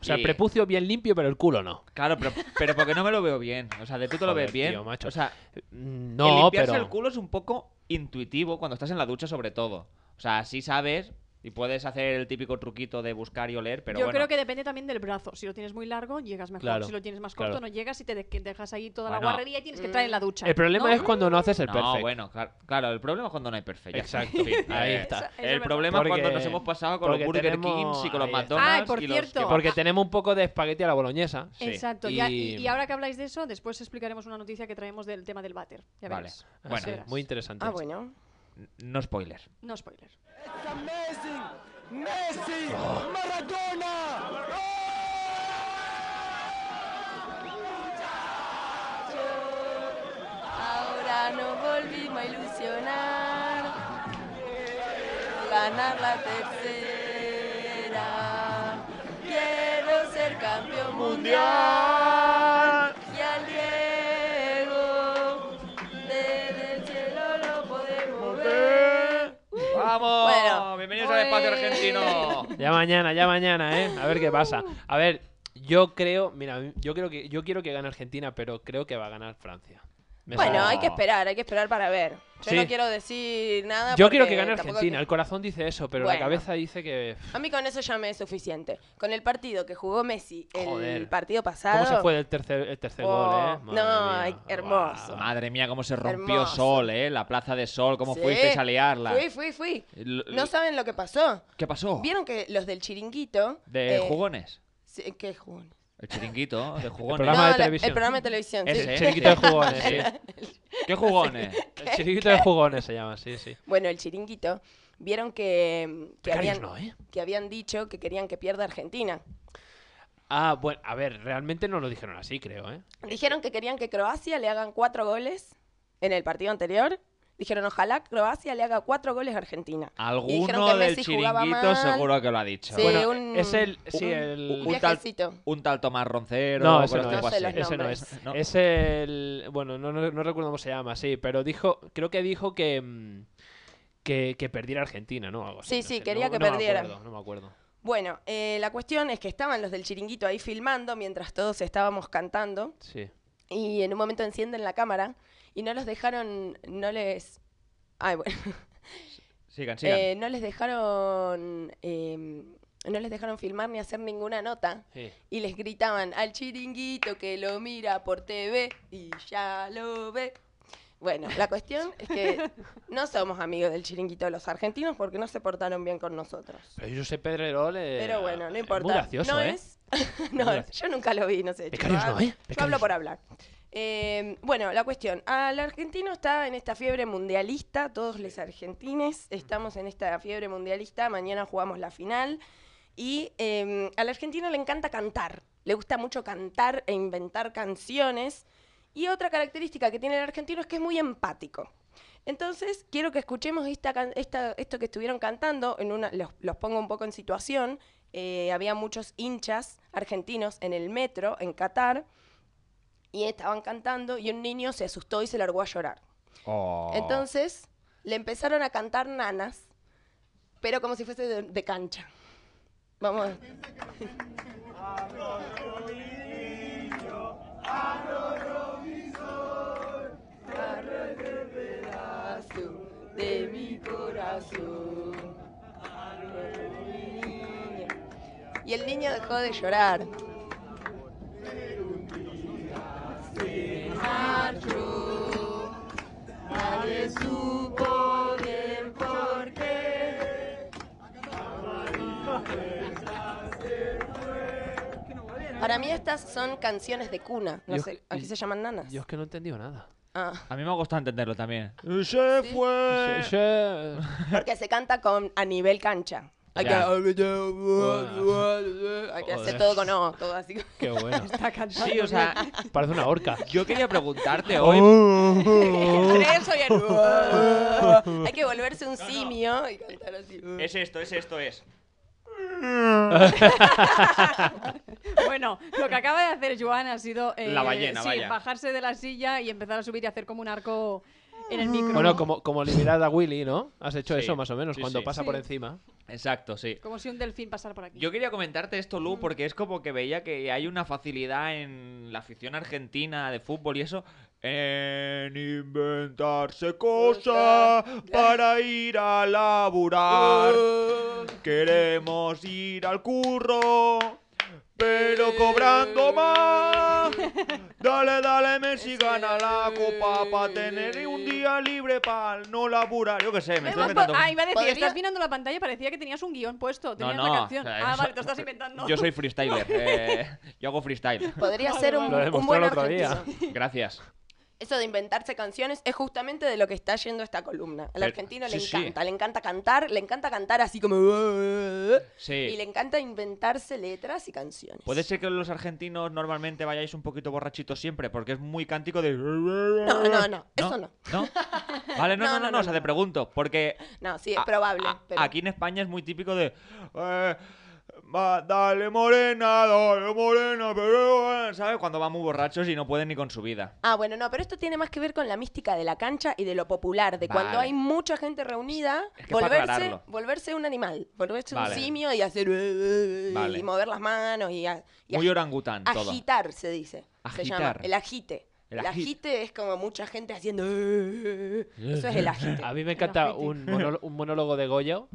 S1: O sea, el
S4: y-
S1: prepucio bien limpio, pero el culo no.
S4: Claro, pero, pero porque no me lo veo bien. O sea, de tú te lo
S1: Joder,
S4: ves bien.
S1: tío, macho.
S4: O sea,
S1: Mm,
S4: el
S1: No,
S4: limpiarse
S1: pero.
S4: el culo es un poco intuitivo cuando estás en la ducha, sobre todo. O sea, así sabes y puedes hacer el típico truquito de buscar y oler, pero
S3: Yo
S4: bueno.
S3: creo que depende también del brazo. Si lo tienes muy largo, llegas mejor.
S1: Claro,
S3: si lo tienes más corto,
S1: claro.
S3: no llegas y te de- que dejas ahí toda la
S4: Bueno.
S3: guarrería y tienes que traer la ducha.
S1: El problema
S3: ¿no?
S1: es
S3: [laughs]
S1: cuando no haces el
S4: No,
S1: perfecto.
S4: bueno, claro, claro, el problema es cuando no hay perfecto. [laughs] Eh,
S1: Exacto, ahí está. Eso-
S3: eso es
S4: El
S3: verdad.
S4: problema es cuando
S1: Porque-
S4: nos hemos pasado con los
S1: porque
S4: Burger
S1: tenemos-
S4: Kings y con los
S1: ahí está.
S4: McDonald's.
S3: Ay, por
S4: y los
S3: cierto.
S4: kebabs.
S1: Porque tenemos un poco de espagueti a la boloñesa.
S4: Sí.
S3: Exacto. ya- Y...
S1: Y-
S3: y ahora que habláis de eso, después explicaremos una noticia que traemos del tema del váter. Ya
S4: Vale.
S3: verás.
S1: Ah,
S4: Bueno.
S1: sí,
S3: Verás.
S1: muy interesante.
S2: Ah, bueno.
S4: No spoiler.
S3: No spoiler. [laughs]
S2: Ahora nos volvimos a ilusionar. Ganar la tercera. Quiero ser campeón mundial. Y al Diego, desde el cielo lo podemos ver.
S4: ¡Vamos!
S2: Bueno.
S4: ¡Bienvenidos al Espacio
S2: Ué.
S4: Argentino!
S1: Ya mañana, ya mañana, ¿eh? A ver
S2: Uh.
S1: qué pasa. A ver, yo creo, mira, yo creo que yo quiero que gane Argentina, pero creo que va a ganar Francia. Me
S2: Bueno,
S1: sale.
S2: hay que esperar, hay que esperar para ver. Yo
S1: Sí.
S2: no quiero decir nada.
S1: yo quiero
S2: porque
S1: que gane
S2: tampoco-
S1: Argentina. El corazón dice eso, pero la
S2: Bueno.
S1: cabeza dice que
S2: A mí con eso ya me es suficiente. Con el partido que jugó Messi el
S1: Joder.
S2: partido pasado.
S1: cómo se fue el tercer el tercer
S2: Oh,
S1: gol, ¿eh?
S2: no,
S1: Madre
S2: ay,
S1: mía.
S2: hermoso.
S1: Guau.
S4: [laughs] Madre mía, cómo se rompió
S2: Hermoso.
S4: Sol, ¿eh? La plaza de Sol, cómo
S2: Sí.
S4: fuisteis a liarla.
S2: Fui, fui, fui.
S4: L-
S2: No saben lo que pasó.
S4: ¿Qué
S1: Oh.
S4: pasó?
S2: Vieron que los del chiringuito.
S4: De
S2: eh,
S4: jugones.
S2: sí, ¿Qué jugones?
S4: El chiringuito de jugones.
S1: El programa de
S2: No, la-
S1: televisión.
S2: El programa de televisión, sí.
S1: Es
S4: Ese,
S1: el chiringuito de
S4: sí.
S1: jugones, sí.
S4: Sí. [laughs] ¿Qué jugones?
S1: El chiringuito de jugones se llama, sí, sí.
S2: Bueno, el chiringuito. Vieron que, que,
S1: Becarios
S2: habían,
S1: no, ¿eh?
S2: que habían dicho que querían que pierda Argentina.
S1: Ah, bueno, a ver, realmente no lo dijeron así, creo, ¿eh?
S2: Dijeron que querían que Croacia le hagan cuatro goles en el partido anterior. Dijeron, ojalá Croacia le haga cuatro goles a Argentina. Y dijeron
S4: Alguno
S2: que
S4: del
S2: Messi jugaba
S4: chiringuito
S2: mal.
S4: seguro que lo ha dicho.
S2: Sí,
S1: bueno,
S2: un-
S1: es el sí,
S4: un-
S1: el
S4: un- tal-
S2: Viajecito.
S4: Un tal Tomás Roncero.
S1: No,
S4: con
S1: ese
S4: los
S1: no,
S2: No
S4: tipos
S2: sé
S1: es.
S2: los
S4: así.
S1: Ese no
S2: nombres.
S1: es.
S4: No.
S1: Es el. Bueno, no, no- no recuerdo cómo se llama, sí, pero dijo. Creo que dijo que. mm, Que, que perdiera Argentina, ¿no? Algo así,
S2: Sí,
S1: no
S2: sí,
S1: sé,
S2: quería
S1: no-
S2: que
S1: no me
S2: perdiera.
S1: acuerdo, no me acuerdo.
S2: Bueno, eh, la cuestión es que estaban los del chiringuito ahí filmando mientras todos estábamos cantando
S1: Sí.
S2: y en un momento encienden la cámara y no los dejaron, no les... Ay, bueno,
S4: Sigan, sigan.
S2: eh, no les dejaron... eh, no les dejaron filmar ni hacer ninguna nota
S1: sí.
S2: y les gritaban al chiringuito que lo mira por TV y ya lo ve. Bueno, la cuestión es que no somos amigos del chiringuito de los argentinos porque no se portaron bien con nosotros.
S1: Pero Josep Pedrerol. eh,
S2: Pero bueno, no
S1: es
S2: importa.
S1: Muy gracioso,
S2: no
S1: ¿eh?
S2: es. [laughs] no,
S1: Muy gracioso.
S2: yo nunca lo vi, no sé.
S1: Becarios
S2: chaval.
S1: no, ¿eh?
S2: Yo hablo
S1: Becarios.
S2: por hablar. Eh, bueno, la cuestión. Al argentino está en esta fiebre mundialista. Todos los argentines estamos en esta fiebre mundialista. Mañana jugamos la final. Y eh, al argentino le encanta cantar. Le gusta mucho cantar e inventar canciones. Y otra característica que tiene el argentino es que es muy empático. Entonces, quiero que escuchemos esta, can- esta- esto que estuvieron cantando. En una, los, los pongo un poco en situación. Eh, había muchos hinchas argentinos en el metro, en Qatar, y estaban cantando y un niño se asustó y se largó a llorar.
S4: Oh.
S2: Entonces, le empezaron a cantar nanas, pero como si fuese de, de cancha. Vamos. de mi corazón. Y el niño dejó de llorar. Nadie supo bien por qué. Para mí estas son canciones de cuna. No
S1: Yo-
S2: sé, aquí se llaman nanas.
S1: Yo es que no he entendido nada.
S2: Ah,
S4: A mí me ha gustado entenderlo también. ¡Se fue!
S1: Sí, sí.
S2: porque se canta con a nivel cancha. Hay
S4: Ya.
S2: que, hay que
S1: Joder.
S2: hacer todo con O, todo así.
S1: Qué bueno.
S3: Está cantando.
S4: Sí, o sea,
S1: eh, [laughs] Parece una horca.
S4: yo quería preguntarte hoy.
S2: Tres, soy el- Hay que volverse un simio y cantar así.
S4: Es esto, es esto, es.
S3: Bueno, lo que acaba de hacer Joan ha sido eh,
S4: La ballena,
S3: sí,
S4: vaya.
S3: bajarse de la silla y empezar a subir y hacer como un arco en
S2: Ah.
S3: el micro.
S1: Bueno, como, como liberar a Willy, ¿no? Has hecho
S4: Sí.
S1: eso más o menos,
S4: Sí,
S1: cuando
S4: sí.
S1: pasa por
S3: Sí.
S1: encima.
S4: Exacto, sí.
S3: Como si un delfín pasara por aquí.
S4: Yo quería comentarte esto, Lu, porque es como que veía que hay una facilidad en la afición argentina de fútbol y eso. En inventarse cosas para ir a laburar.
S2: Oh.
S4: Queremos ir al curro, pero cobrando más. Dale, dale, Messi, gana la copa para tener un día libre para no laburar. Yo qué sé, me estoy
S3: Hemos
S4: inventando.
S3: po- Ah, iba a decir,
S2: Podría-
S3: estás mirando la pantalla, parecía que tenías un guión puesto, tenías
S4: no,
S3: la canción.
S4: o sea,
S3: ah,
S4: eso-
S3: vale, te estás inventando.
S4: Yo soy freestyler. eh, yo hago freestyle.
S2: Podría ser un,
S1: Lo
S2: un
S1: demostró
S2: buen
S1: el otro día.
S2: argentino.
S4: Gracias.
S2: Eso de inventarse canciones es justamente de lo que está yendo esta columna. Al
S4: Pero-
S2: argentino le
S4: sí, sí.
S2: encanta, le encanta cantar, le encanta cantar así como... Y
S4: Sí.
S2: le encanta inventarse letras y canciones.
S4: Puede ser que los argentinos normalmente vayáis un poquito borrachitos siempre, porque es muy cántico de.
S2: No, no, no, eso no.
S4: ¿No? Vale, no, no, no, no, o sea,
S2: no.
S4: te pregunto, porque.
S2: No, sí, es
S4: a-
S2: probable.
S4: a-
S2: pero-
S4: Aquí en España es muy típico de. eh, va, dale morena, dale morena, pero. eh, ¿Sabes? Cuando van muy borrachos y no pueden ni con su vida.
S2: Ah, bueno, no, pero esto tiene más que ver con la mística de la cancha y de lo popular, de cuando
S4: Vale.
S2: hay mucha gente reunida,
S4: Es que es para
S2: volverse,
S4: aclararlo.
S2: volverse un animal, volverse
S4: Vale.
S2: un simio y hacer... eh,
S4: Vale.
S2: Y mover las manos y, a- y
S4: Muy
S2: agi-
S4: orangután todo.
S2: Agitar, se dice. Se llama
S4: Agitar.
S2: el agite.
S4: El
S2: El,
S4: agite.
S2: agite es como mucha gente haciendo... eh, Eso es el [laughs]
S4: [laughs]
S2: agite.
S1: A mí me encanta
S2: [laughs]
S3: graffiti.
S1: un, monólo- un monólogo de Goyo.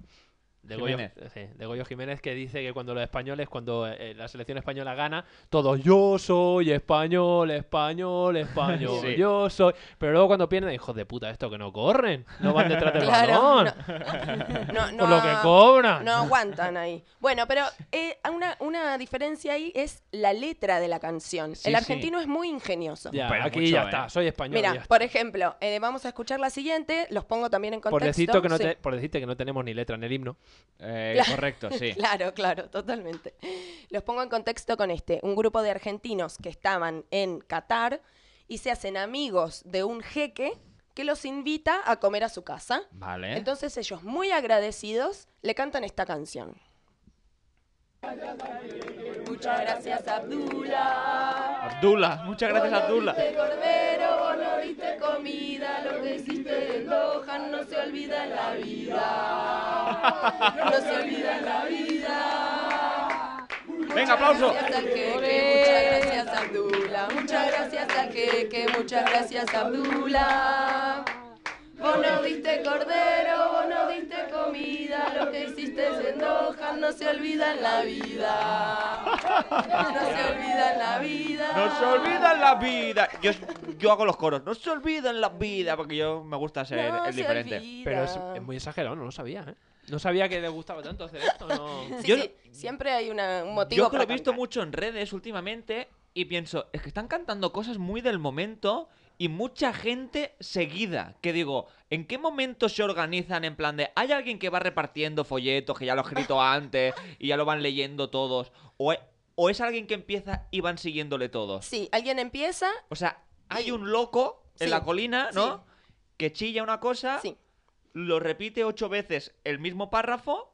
S1: De Goyo,
S4: Jiménez.
S1: sí, de Goyo Jiménez que dice que cuando los españoles, cuando eh, la selección española gana, todos yo soy español, español, español,
S4: Sí.
S1: yo soy. Pero luego cuando pierden, hijos de puta, esto que no corren, no van detrás del
S2: [laughs] Claro.
S1: balón,
S2: No,
S4: [laughs]
S2: no,
S1: por lo que
S2: ah,
S1: cobran.
S2: No aguantan ahí. Bueno, pero eh, una, una diferencia ahí es la letra de la canción.
S4: Sí,
S2: el
S4: sí.
S2: argentino es muy ingenioso.
S1: Ya,
S4: Pero
S1: aquí
S4: mucho,
S1: ya
S4: eh.
S1: está, soy español.
S2: Mira,
S1: ya está.
S2: por ejemplo, eh, vamos a escuchar la siguiente, los pongo también en
S1: Por,
S2: contexto.
S1: decirte que no
S2: Sí.
S1: te- por decirte que no tenemos ni letra en el himno.
S4: Eh,
S2: Claro.
S4: Correcto,
S2: [laughs] [laughs]
S4: sí.
S2: Claro, claro, totalmente. Los pongo en contexto con este. Un grupo de argentinos que estaban en Qatar y se hacen amigos de un jeque que los invita a comer a su casa.
S4: Vale.
S2: Entonces ellos, muy agradecidos, le cantan esta canción. Muchas gracias, Abdullah.
S4: Abdullah, muchas gracias, Abdullah.
S2: cordero, vos no viste comida, lo que hiciste en Doha no se olvida en la vida. No se olvida en la vida.
S4: Venga, aplauso.
S2: Muchas gracias al jeque, muchas gracias Abdullah, muchas gracias al jeque, muchas gracias Abdullah. Vos no diste cordero, vos no diste comida, lo que hiciste en Doha no se olvida en la vida. No se olvida en la vida.
S4: No se olvidan la vida. Yo, yo hago los coros. No se olvidan la vida. Porque yo me gusta ser
S2: No
S4: el
S2: se
S4: diferente.
S2: olvida.
S1: Pero es, es muy exagerado, no lo sabía, ¿eh? No sabía que le gustaba tanto hacer esto. No.
S2: [laughs] Sí,
S4: Yo-
S2: sí, siempre hay una- un motivo
S4: Yo que lo
S2: para
S4: he visto
S2: cantar.
S4: mucho en redes últimamente y pienso, es que están cantando cosas muy del momento y mucha gente seguida. Que digo, ¿en qué momento se organizan en plan de, hay alguien que va repartiendo folletos que ya lo ha
S2: [laughs]
S4: escrito antes y ya lo van leyendo todos? ¿O, hay- o es alguien que empieza y van siguiéndole todos?
S2: Sí, alguien empieza,
S4: O sea, hay
S2: Sí.
S4: un loco en
S2: Sí.
S4: la colina, ¿no? Que chilla una cosa.
S2: sí.
S4: lo repite ocho veces el mismo párrafo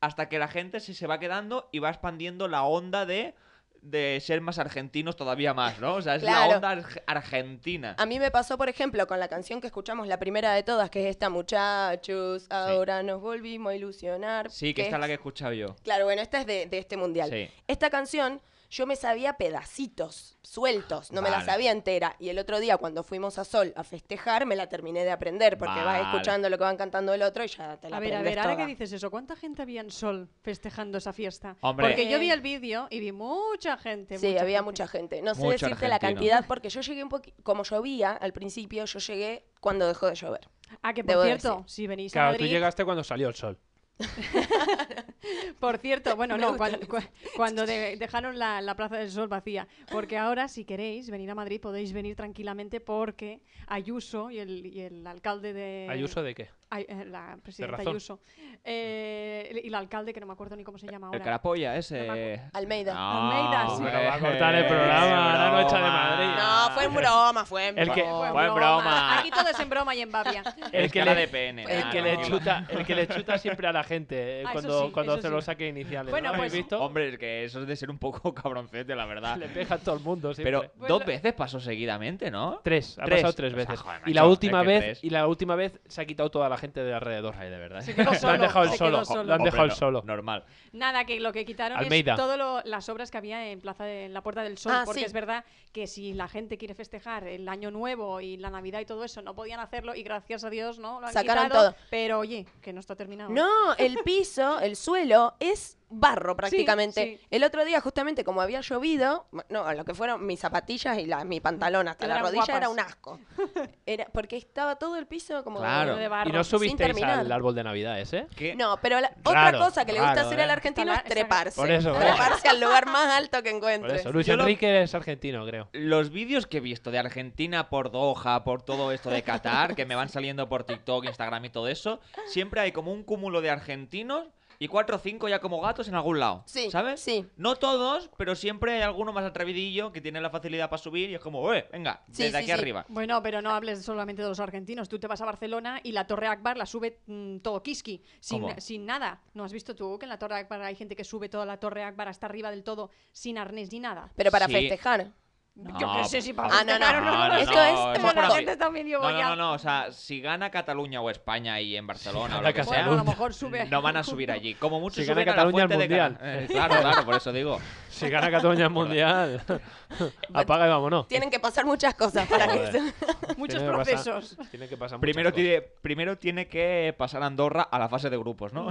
S4: hasta que la gente se, se va quedando y va expandiendo la onda de, de ser más argentinos todavía más, ¿no? O sea, es la
S2: Claro.
S4: onda arg- argentina.
S2: A mí me pasó, por ejemplo, con la canción que escuchamos la primera de todas, que es esta, muchachos, ahora nos volvimos a ilusionar.
S4: Sí, que esta es la que he escuchado yo.
S2: Claro, bueno, esta es de, de este mundial.
S4: Sí.
S2: Esta canción yo me sabía pedacitos, sueltos, no me la
S4: Vale.
S2: sabía entera. Y el otro día cuando fuimos a Sol a festejar me la terminé de aprender, porque
S4: Vale.
S2: vas escuchando lo que van cantando el otro y ya te la
S3: A ver, a
S2: aprendes
S3: ver, ahora
S2: toda.
S3: que dices eso, ¿cuánta gente había en Sol festejando esa fiesta?
S4: Hombre.
S3: Porque yo vi
S2: Eh.
S3: el vídeo y vi mucha gente.
S2: Sí, había mucha
S3: gente.
S2: gente. No sé
S4: Mucho
S2: decirte la
S4: argentino.
S2: cantidad porque yo llegué un poquito, como llovía al principio, yo llegué cuando dejó de llover.
S3: Ah, que por
S2: Debo
S3: cierto,
S2: decir.
S3: si venís a
S1: Claro, tú
S3: Madrid,
S1: llegaste cuando salió el sol.
S3: por cierto, bueno,
S2: Me
S3: no,
S2: gusta
S3: cuando, cua- cuando de- dejaron la, la Plaza del Sol vacía, porque ahora si queréis venir a Madrid podéis venir tranquilamente porque Ayuso y el, y el alcalde de...
S1: ¿Ayuso de qué?
S3: ay, eh, la presidenta
S1: razón.
S3: Ayuso, eh, el- y el alcalde, que no me acuerdo ni cómo se llama ahora.
S4: El carapolla
S3: No me
S4: ese.
S2: Almeida.
S3: Almeida, sí.
S1: Bueno, va a cortar el programa, la noche de Madrid.
S2: No, fue en broma, fue en
S1: El que-
S2: broma.
S4: Fue en broma.
S3: Aquí todo es en broma y en babia.
S1: El que,
S4: le
S1: le,
S4: de pene.
S2: el
S1: el
S4: ah,
S1: que le
S4: tranquilo.
S1: chuta, el que le chuta siempre a la gente eh,
S3: Ah, eso
S1: cuando,
S3: sí,
S1: cuando
S3: eso
S1: hace
S3: sí.
S1: los saques iniciales.
S3: Bueno,
S1: ¿no? ¿Habéis
S3: pues-
S1: visto?
S4: Hombre, es que eso es de ser un poco [laughs] cabroncete, la
S1: [laughs]
S4: verdad.
S1: Le pega a todo el mundo siempre.
S4: Pero
S3: Pues
S4: dos
S3: lo-
S4: veces pasó seguidamente, ¿no?
S1: tres, ha
S4: Tres.
S1: pasado tres
S4: O sea,
S1: veces.
S4: joder,
S1: y la
S4: macho,
S1: última
S4: es que
S1: vez,
S4: tres.
S1: y la última vez se ha quitado toda la gente de alrededor.
S4: Ay, de verdad.
S3: Se quedó
S1: Lo han
S3: solo,
S1: dejado el
S3: se
S1: solo,
S3: quedó
S1: lo han
S3: solo.
S4: Hombre,
S1: dejado el
S4: no,
S1: solo.
S4: Normal.
S3: Nada, que lo que quitaron
S1: Almeida.
S3: es todas las obras que había en Plaza de, en la Puerta del Sol,
S2: Ah,
S3: porque
S2: sí.
S3: es verdad que si la gente quiere festejar el Año Nuevo y la Navidad y todo eso, no podían hacerlo y gracias a Dios no lo han
S2: Sacaron
S3: quitado,
S2: todo.
S3: pero oye, que no está terminado.
S2: No, el piso, el suelo es barro prácticamente.
S3: sí.
S2: El otro día justamente como había llovido, no, lo que fueron mis zapatillas y la- mi pantalón hasta la
S3: Quedaron
S2: rodilla era
S3: guapas.
S2: un asco. Era porque estaba todo el piso como
S4: Claro.
S3: De barro.
S1: Y no
S2: Sin
S1: subisteis
S2: terminar.
S1: al árbol de Navidad ¿eh? ese.
S4: ¿Qué?
S2: No, pero la-
S1: Raro,
S2: otra cosa que le gusta
S1: raro,
S2: hacer
S1: ¿eh?
S2: al argentino es
S3: Está la-
S2: treparse.
S1: Por eso, por eso.
S2: treparse al lugar más alto que
S1: Por
S2: encuentre.
S1: eso, Luis
S4: Yo lo-
S1: Enrique es argentino, creo.
S4: Los vídeos que he visto de Argentina por Doha, por todo esto de Qatar, que me van saliendo por TikTok, Instagram y todo eso, siempre hay como un cúmulo de argentinos y cuatro o cinco ya como gatos en algún lado.
S2: Sí,
S4: ¿Sabes?
S2: sí.
S4: No todos, pero siempre hay alguno más atrevidillo que tiene la facilidad para subir y es como, ¡eh! Venga,
S2: Sí,
S4: desde
S2: sí,
S4: aquí
S2: sí.
S4: arriba.
S3: Bueno, pero no hables solamente de los argentinos. Tú te vas a Barcelona y la Torre Akbar la sube mm, todo Kiski,
S4: ¿Cómo?
S3: sin, sin nada. ¿No has visto tú que en la Torre Akbar hay gente que sube toda la Torre Akbar hasta arriba del todo sin arnés ni nada?
S2: Pero para
S4: Sí.
S2: festejar.
S3: Yo qué sé si para
S2: Ah, no, no.
S3: festejar o
S2: No, no, Esto
S4: no,
S2: es
S4: eso
S2: como
S4: por
S2: la
S4: afi-
S3: gente está medio
S4: no, no,
S3: boya.
S4: no, no, o sea, si gana Cataluña o España ahí en Barcelona o
S1: gana
S4: lo que
S1: Cataluña.
S4: sea,
S3: Bueno, a lo mejor sube.
S4: no
S3: [laughs]
S4: van a subir allí. Como
S1: Si
S4: mucho
S1: gana
S4: suben a la
S1: Cataluña el
S4: fuente de Cana-
S1: Mundial.
S4: Eh, claro, claro, por eso digo.
S1: Si gana [laughs] Cataluña el
S4: [laughs]
S1: mundial, apaga y vámonos.
S2: Tienen que pasar muchas cosas para
S1: Joder.
S2: eso.
S3: Muchos
S1: Tiene que pasar-
S3: procesos.
S1: tiene que pasar
S4: Primero
S1: muchas cosas.
S4: tiene, primero tiene que pasar Andorra a la fase de grupos, ¿no?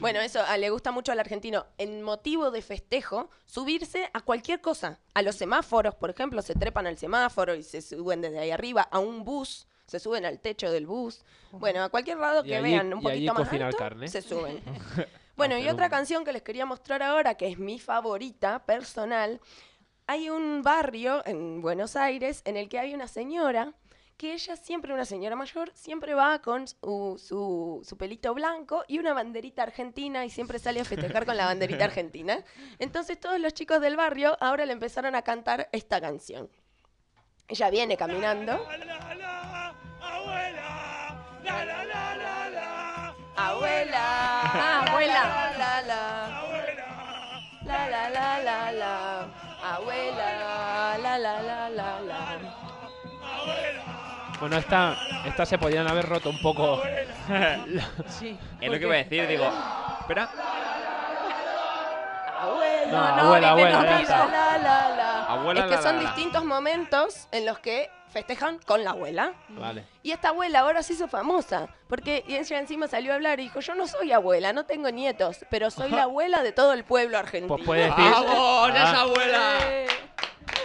S2: Bueno, eso a- le gusta mucho al argentino. En motivo de festejo, subirse a cualquier cosa. A los semáforos, por ejemplo, se trepan al semáforo y se suben desde ahí arriba. A un bus, se suben al techo del bus. Bueno, a cualquier lado
S1: Y
S2: que
S1: allí-
S2: vean un
S1: y allí
S2: poquito más
S1: cocinar
S2: alto,
S1: carne.
S2: se suben. Bueno, y
S1: Hacer
S2: otra
S1: un-
S2: canción que les quería mostrar ahora, que es mi favorita personal. Hay un barrio en Buenos Aires en el que hay una señora que ella siempre, una señora mayor, siempre va con su, su- su pelito blanco y una banderita argentina y siempre sale a festejar con la banderita argentina. Entonces todos los chicos del barrio ahora le empezaron a cantar esta canción. Ella viene caminando. Abuela,
S3: Ah, abuela.
S2: La, la, la. La la la la la, abuela, la la la la la.
S1: Bueno, esta, esta se podían haber roto un poco.
S3: Sí.
S4: [laughs] es lo que voy a decir, digo. Espera,
S1: No,
S2: Abuela,
S1: abuela,
S3: dime
S1: abuela,
S3: lo
S1: ya
S3: mismo.
S1: está.
S2: la la la.
S4: Abuela,
S2: es que
S4: la, la,
S2: son
S4: la.
S2: distintos momentos en los que festejan con la abuela.
S1: Vale.
S2: Y esta abuela ahora se hizo famosa, porque ella encima salió a hablar y dijo, yo no soy abuela, no tengo nietos, pero soy la abuela de todo el pueblo argentino.
S1: Pues puede decir.
S4: ¡vamos! ¡Ya es
S1: Ah.
S4: abuela!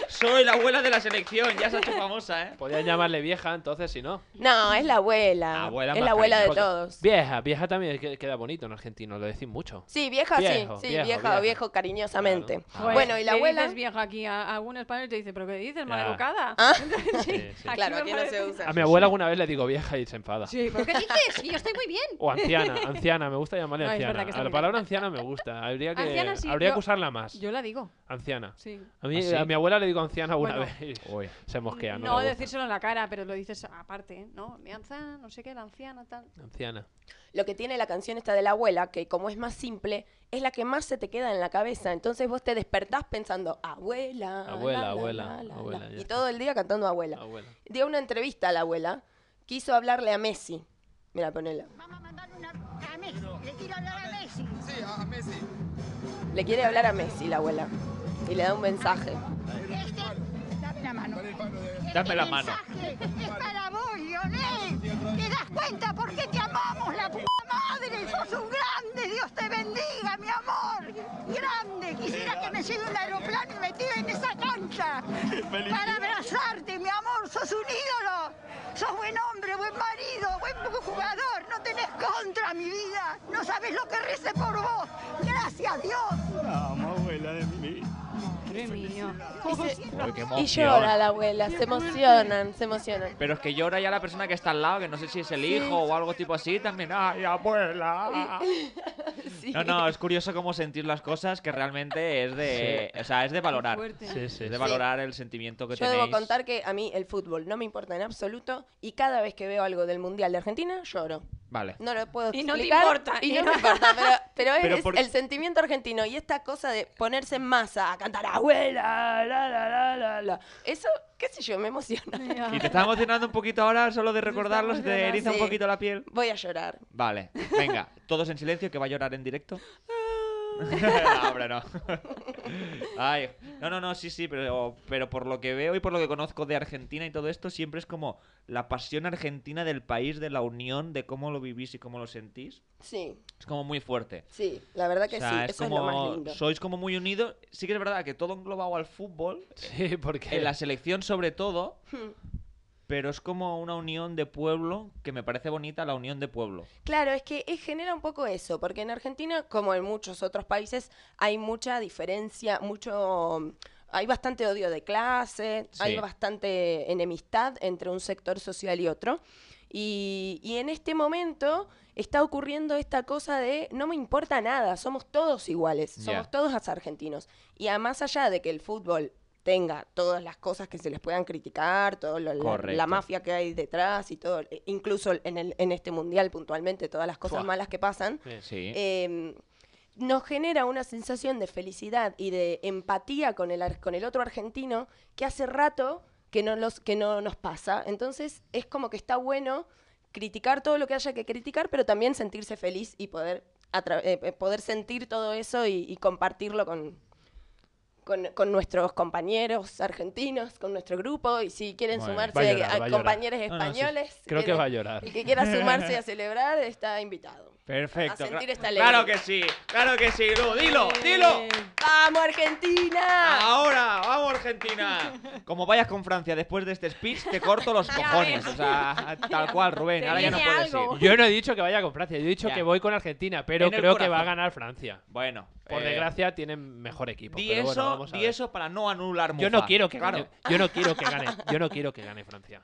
S4: Soy la abuela de la selección, ya se ha hecho famosa, ¿eh?
S1: Podían llamarle vieja, entonces, si no.
S2: No, es la abuela.
S4: Abuela
S2: es
S4: más
S2: la abuela de
S4: cariñosa.
S2: todos.
S1: Vieja, vieja también que- queda bonito en argentino, lo decís mucho.
S2: Sí, vieja,
S1: Viejo,
S2: sí, sí,
S1: viejo,
S2: vieja,
S1: viejo.
S2: o viejo cariñosamente.
S4: Ah,
S1: Claro.
S2: Bueno, y la
S3: ¿Qué
S2: abuela...
S3: Pues dices vieja aquí? A, algún español te dice, ¿pero qué dices,
S1: Ya.
S3: maleducada? [laughs]
S2: Ah.
S1: Sí, sí.
S2: Claro,
S3: me
S2: aquí no se
S3: parece-
S2: usa.
S1: A mi abuela alguna vez le digo vieja y se enfada.
S3: [laughs] Sí, ¿pero qué dices? Y yo estoy muy bien.
S1: O anciana, anciana, me gusta llamarle
S3: No, es
S1: anciana.
S3: verdad que está
S1: A la
S3: muy
S1: palabra anciana me gusta, habría que,
S3: Anciana sí,
S1: habría
S3: yo-
S1: que usarla más.
S3: Yo la digo,
S1: Anciana.
S3: sí.
S1: A, mí,
S4: ¿Ah, sí?
S1: a mi abuela le digo anciana una
S3: Bueno.
S1: vez. y Se mosquea, ¿no?
S3: no
S1: le gusta.
S3: decírselo en la cara, pero lo dices aparte, ¿no? Mi anciana, no sé qué, la anciana,
S4: [laughs]
S3: tal.
S1: Anciana.
S2: Lo que tiene la canción esta de la abuela, que como es más simple, es la que más se te queda en la cabeza. Entonces vos te despertás pensando, abuela.
S1: Abuela,
S2: la, la,
S1: abuela,
S2: la, la,
S1: abuela,
S2: la".
S1: ya
S2: Y
S1: está.
S2: todo el día cantando abuela.
S1: Abuela.
S2: Dio una entrevista a la abuela, quiso hablarle a Messi. Mira, ponela.
S5: Vamos a mandar una a Messi. Le quiero hablar a Messi.
S7: Sí, a Messi.
S2: Le quiere hablar a Messi la abuela. Y le da un mensaje.
S5: Este, dame la mano.
S7: Con el palo de...
S5: Este
S4: Dame la mano.
S5: mensaje Es para vos, Lionel. ¿Te das cuenta por qué te amamos, la puta madre? Sos un grande. Dios te bendiga, mi amor. Grande. Quisiera que me lleve un aeroplano y me tire en esa
S7: [laughs]
S5: cancha. Para abrazarte, mi amor. Sos un ídolo. Sos buen hombre, buen marido, buen jugador. No tenés contra, mi vida. No sabes lo que rece por vos. Gracias, Dios.
S7: Vamos, abuela de mí.
S3: Pobre mío.
S4: Uy, qué
S2: Y
S4: emoción.
S2: llora la abuela, se emocionan, se emocionan.
S4: Pero es que llora ya la persona que está al lado, que no sé si es el hijo o algo tipo así, también. ¡Ay, abuela!
S2: Sí.
S4: No, no, es curioso cómo sentir las cosas que realmente es de. O sea, es de valorar.
S3: Fuerte.
S1: Sí, sí.
S4: Es de valorar el sentimiento que
S2: Yo
S4: tenéis.
S2: debo contar que a mí el fútbol no me importa en absoluto y cada vez que veo algo del Mundial de Argentina lloro.
S4: Vale.
S2: No lo puedo
S3: Y no te
S2: explicar.
S3: importa.
S2: Y no me importa, pero, pero es,
S4: Pero
S2: es
S4: por-
S2: el sentimiento argentino y esta cosa de ponerse en masa a cantar abuela, la, la, la, la, la. Eso, qué sé yo, me emociona.
S3: Ya.
S4: Y te está emocionando un poquito ahora, solo de recordarlo, se te
S3: emocionando.
S4: eriza un
S2: Sí.
S4: poquito la piel.
S2: Voy a llorar.
S4: Vale, venga, todos en silencio, que va a llorar en directo.
S2: Ah.
S4: [laughs] no, hombre, no. Ay, no, no, no, sí, sí, pero, pero por lo que veo y por lo que conozco de Argentina y todo esto, siempre es como la pasión argentina del país, de la unión, de cómo lo vivís y cómo lo sentís.
S2: Sí,
S4: Es como muy fuerte.
S2: sí, la verdad que
S4: o sea,
S2: sí,
S4: es
S2: eso
S4: como,
S2: es lo más lindo.
S4: sois como muy unidos. Sí que es verdad que todo englobado al fútbol,
S1: Sí, porque...
S4: en la selección sobre todo,
S2: Hmm.
S4: pero es como una unión de pueblo que me parece bonita, la unión de pueblo.
S2: Claro, es que eh, genera un poco eso, porque en Argentina, como en muchos otros países, hay mucha diferencia, mucho... Hay bastante odio de clase, hay
S4: Sí.
S2: bastante enemistad entre un sector social y otro. Y, y en este momento está ocurriendo esta cosa de no me importa nada, somos todos iguales,
S4: Ya.
S2: somos todos argentinos. Y a más allá de que el fútbol tenga todas las cosas que se les puedan criticar, todo lo, la- la,
S4: Correcto.
S2: mafia que hay detrás y todo, e- incluso en, el, en este mundial puntualmente, todas las cosas
S1: Fua.
S2: malas que pasan,
S1: Sí.
S4: Sí.
S2: eh, nos genera una sensación de felicidad y de empatía con el, ar- con el otro argentino que hace rato que no, los, que no nos pasa. Entonces es como que está bueno criticar todo lo que haya que criticar, pero también sentirse feliz y poder, atra- eh, eh, poder sentir todo eso y, y compartirlo con... Con, con nuestros compañeros argentinos, con nuestro grupo, y si quieren
S4: Bueno, va a
S2: sumarse a,
S1: llorar, va a llorar.
S2: compañeros
S4: No, no, sí.
S2: españoles,
S1: Creo que
S2: quieren-
S1: va a llorar.
S2: el que quiera sumarse a celebrar está invitado.
S4: Perfecto.
S2: a sentir
S4: cla-
S2: esta alegría.
S4: claro que sí, claro que sí, Lu, dilo, dilo.
S6: Eh,
S2: ¡Vamos,
S4: Ah,
S2: Argentina!
S4: Ahora, vamos Argentina. Como vayas con Francia después de este speech, te corto
S2: [laughs]
S4: los cojones. O sea, tal cual, Rubén.
S3: Te
S4: Ahora ya no
S3: viene
S4: puedes
S3: algo.
S4: ir.
S1: [laughs] Yo no he dicho que vaya con Francia, yo he dicho
S4: Ya.
S1: que voy con Argentina, pero
S4: En el
S1: creo que va a
S4: corazón.
S1: ganar Francia.
S4: Bueno,
S1: Por
S4: eh,
S1: desgracia tienen mejor equipo.
S4: Di
S1: pero bueno,
S4: eso,
S1: vamos a
S4: di
S1: ver.
S4: eso para no anular mucho.
S1: Yo no quiero que
S4: claro.
S1: gane. Yo no
S2: [laughs]
S1: quiero que gane. Yo no quiero que gane Francia.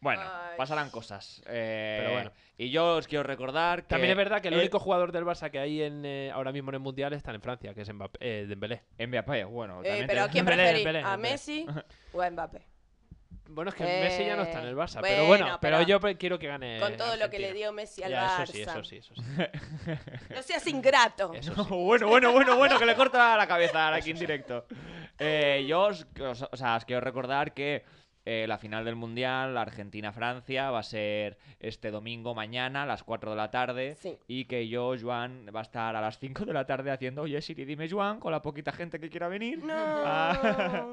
S4: Bueno,
S2: Ay.
S4: pasarán cosas. Eh,
S1: Pero bueno.
S4: Y yo os quiero recordar que.
S1: También es verdad que el
S4: eh,
S1: único jugador del Barça que hay en, eh, ahora mismo en el Mundial está en Francia, que es Mbappé, eh, Dembélé.
S4: Mbappé, bueno.
S2: Eh,
S4: también
S2: pero ¿a
S4: te-
S2: quién
S1: Dembélé,
S2: preferís?
S1: Dembélé,
S2: ¿A
S1: Dembélé.
S2: Messi o a Mbappé?
S1: Bueno, es que
S2: Eh,
S1: Messi ya no está en el Barça,
S2: bueno,
S1: pero bueno, pero,
S2: pero
S1: yo pre- quiero que gane.
S2: Con todo lo que
S1: Eh, Argentina.
S2: le dio Messi al
S1: Ya,
S2: Barça.
S1: Eso sí, eso sí, eso sí.
S2: No seas ingrato.
S1: Eso
S2: [laughs]
S4: No,
S1: sí.
S4: bueno, bueno, bueno, bueno, que le corta la cabeza ahora aquí en directo. Eh, yo os, os- o sea, os quiero recordar que eh, la final del Mundial, Argentina-Francia, va a ser este domingo mañana a las 4 de la tarde.
S2: Sí.
S4: Y que yo, Joan, va a estar a las 5 de la tarde haciendo, oye, Siri, dime, Joan, con la poquita gente que quiera venir,
S2: No.
S4: Ah.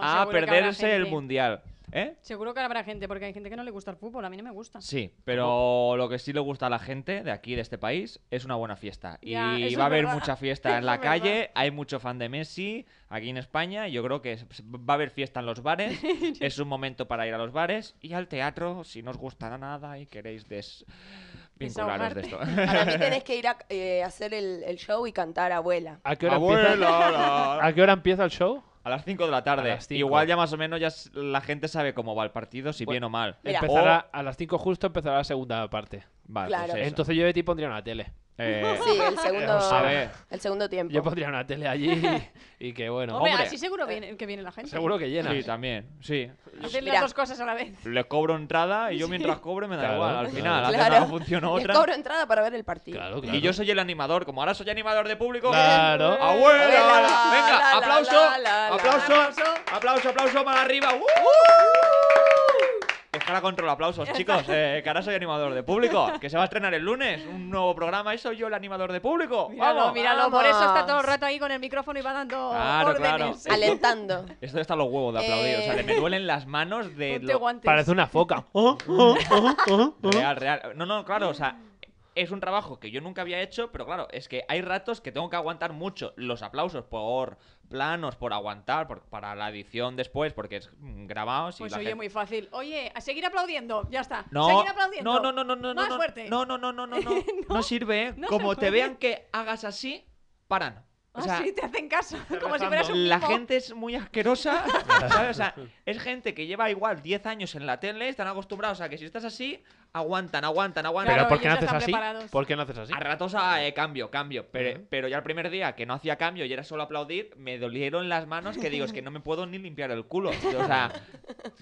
S4: a
S3: seguro que habrá
S4: perderse el
S3: gente.
S4: Mundial. ¿Eh?
S3: Seguro que habrá gente, porque hay gente que no le gusta el fútbol. A mí no me gusta.
S4: Sí, pero lo que sí le gusta a la gente de aquí, de este país, es una buena fiesta.
S3: Ya,
S4: y
S3: eso
S4: va a
S3: es
S4: haber
S3: verdad. [laughs]
S4: mucha fiesta en
S3: Eso
S4: la
S3: es verdad.
S4: calle, hay mucho fan de Messi aquí en España, y yo creo que es- va a haber fiesta en los
S3: [laughs]
S4: bares, es un momento para ir a los bares y al teatro si no os gusta nada y queréis desvincularos de esto.
S3: [laughs]
S2: Para mí tenés que ir a eh, hacer el, el show y cantar abuela.
S1: ¿A
S4: [laughs]
S1: qué hora empieza?
S4: Abuela, la-
S3: [laughs]
S1: ¿A qué hora empieza el show?
S4: A las 5 de la tarde.
S1: A las cinco.
S4: Igual ya más o menos ya s- la gente sabe cómo va el partido, si
S1: Bueno,
S4: bien o mal.
S2: Mira.
S1: Empezará a las 5 justo empezará la segunda parte.
S4: Vale,
S2: Claro.
S4: pues eso.
S1: Entonces yo de ti pondría una tele. [laughs]
S4: Eh,
S2: Sí, el segundo,
S1: O sea,
S4: a ver.
S2: el segundo tiempo.
S1: Yo pondría una tele allí y, y que bueno,
S3: Hombre,
S4: hombre.
S3: así
S2: Eh,
S3: seguro viene- que viene la gente.
S1: seguro que llena.
S4: Sí, también, sí.
S3: Hacer
S2: Mira.
S3: las dos cosas a la vez.
S4: les cobro entrada y yo mientras cobre me da
S1: Claro,
S4: igual. Al
S1: claro.
S4: final, hace
S2: Claro.
S4: una función
S2: [laughs]
S4: u
S2: Les
S4: otra.
S2: cobro entrada para ver el partido.
S1: Claro, claro.
S4: Y yo soy el animador. Como ahora soy animador de público.
S1: Claro.
S4: ¡Abuela!
S2: Abuela,
S4: la-
S2: la, la,
S4: ¡Venga! ¡Aplauso!
S2: la, la, la.
S4: ¡Aplauso! ¡Aplauso, aplauso para arriba! ¡Uh! Es que ahora controlo aplausos, chicos. Eh, que ahora soy animador de público. Que se va a estrenar el lunes. Un nuevo programa y soy yo el animador de público.
S3: Míralo,
S4: ¡Vamos!
S3: míralo.
S2: vamos.
S3: Por eso está todo el rato ahí con el micrófono y va dando
S4: Claro,
S3: órdenes.
S4: claro.
S3: [laughs]
S2: Alentando.
S4: Esto está a los huevos de aplaudir. O sea,
S2: Eh.
S4: le me duelen las manos de.
S3: Ponte
S4: lo-
S3: guantes.
S1: Parece una foca.
S4: Real, real. No, no, claro, o sea, es un trabajo que yo nunca había hecho, pero claro, es que hay ratos que tengo que aguantar mucho los aplausos por planos, por aguantar, por- para la edición después, porque es mm, grabados y
S3: Pues
S4: la
S3: oye,
S4: gente-
S3: muy fácil. Oye, a seguir aplaudiendo. Ya está.
S4: No,
S3: Seguir aplaudiendo.
S4: no, no, no, no, no,
S3: Más
S4: no,
S3: fuerte. [laughs]
S4: no, no, no, no, no, no, no [laughs] sirve, ¿eh?
S3: No se
S4: como te
S3: puede.
S4: vean que hagas así, paran.
S3: Ah,
S4: sea,
S3: sí, te hacen caso. Como si
S1: rezando.
S3: fueras un
S4: La
S3: mimo.
S4: gente es muy
S3: [laughs]
S4: asquerosa, ¿sabes? O sea, es gente que lleva igual 10 años en la tele, están acostumbrados a que si estás así, aguantan, aguantan, aguantan.
S1: Pero
S3: Claro,
S1: ¿por qué no
S3: ellos
S1: haces
S3: están
S1: así?
S3: preparados.
S1: ¿Por qué no haces así?
S4: A ratos ah, eh, cambio, cambio. Pero,
S1: Ujú.
S4: pero ya el primer día que no hacía cambio y era solo aplaudir, me dolieron las manos que digo, es que no me puedo ni limpiar el culo. O [laughs] sea,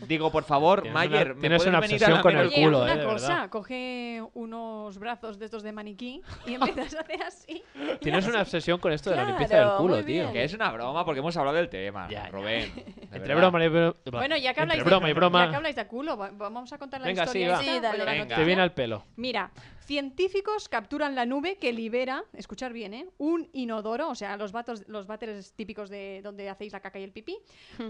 S4: digo, por favor,
S1: Tienes
S4: Mayer,
S1: una-
S4: ¿me
S1: tienes
S4: puedes
S1: una
S4: venir a
S1: obsesión con
S4: lamer
S1: el
S3: Oye,
S1: culo,
S3: haz
S1: eh,
S3: una
S1: de
S3: cosa,
S1: verdad.
S3: coge unos brazos de estos de maniquí y empiezas a hacer así.
S1: Tienes una obsesión con esto de la
S2: Claro,
S1: limpieza del
S2: muy
S1: culo,
S2: bien.
S1: tío.
S4: Que es una broma porque hemos hablado del tema,
S1: Ya, ya.
S4: [laughs] Rubén. de
S1: Entre
S4: verdad.
S1: broma y broma.
S3: Bueno, ya que habláis,
S1: Entre broma y
S3: de, ya que
S1: broma.
S3: habláis de culo, va- vamos a contar la
S1: Venga,
S3: historia.
S1: sí,
S3: esta,
S2: va. Sí, dale,
S3: o la
S2: dale.
S3: noticia.
S1: Te viene al pelo.
S3: Mira, científicos capturan la nube que libera, escuchar bien, ¿eh? un inodoro, o sea, los, vatos, los váteres típicos de donde hacéis la caca y el pipí,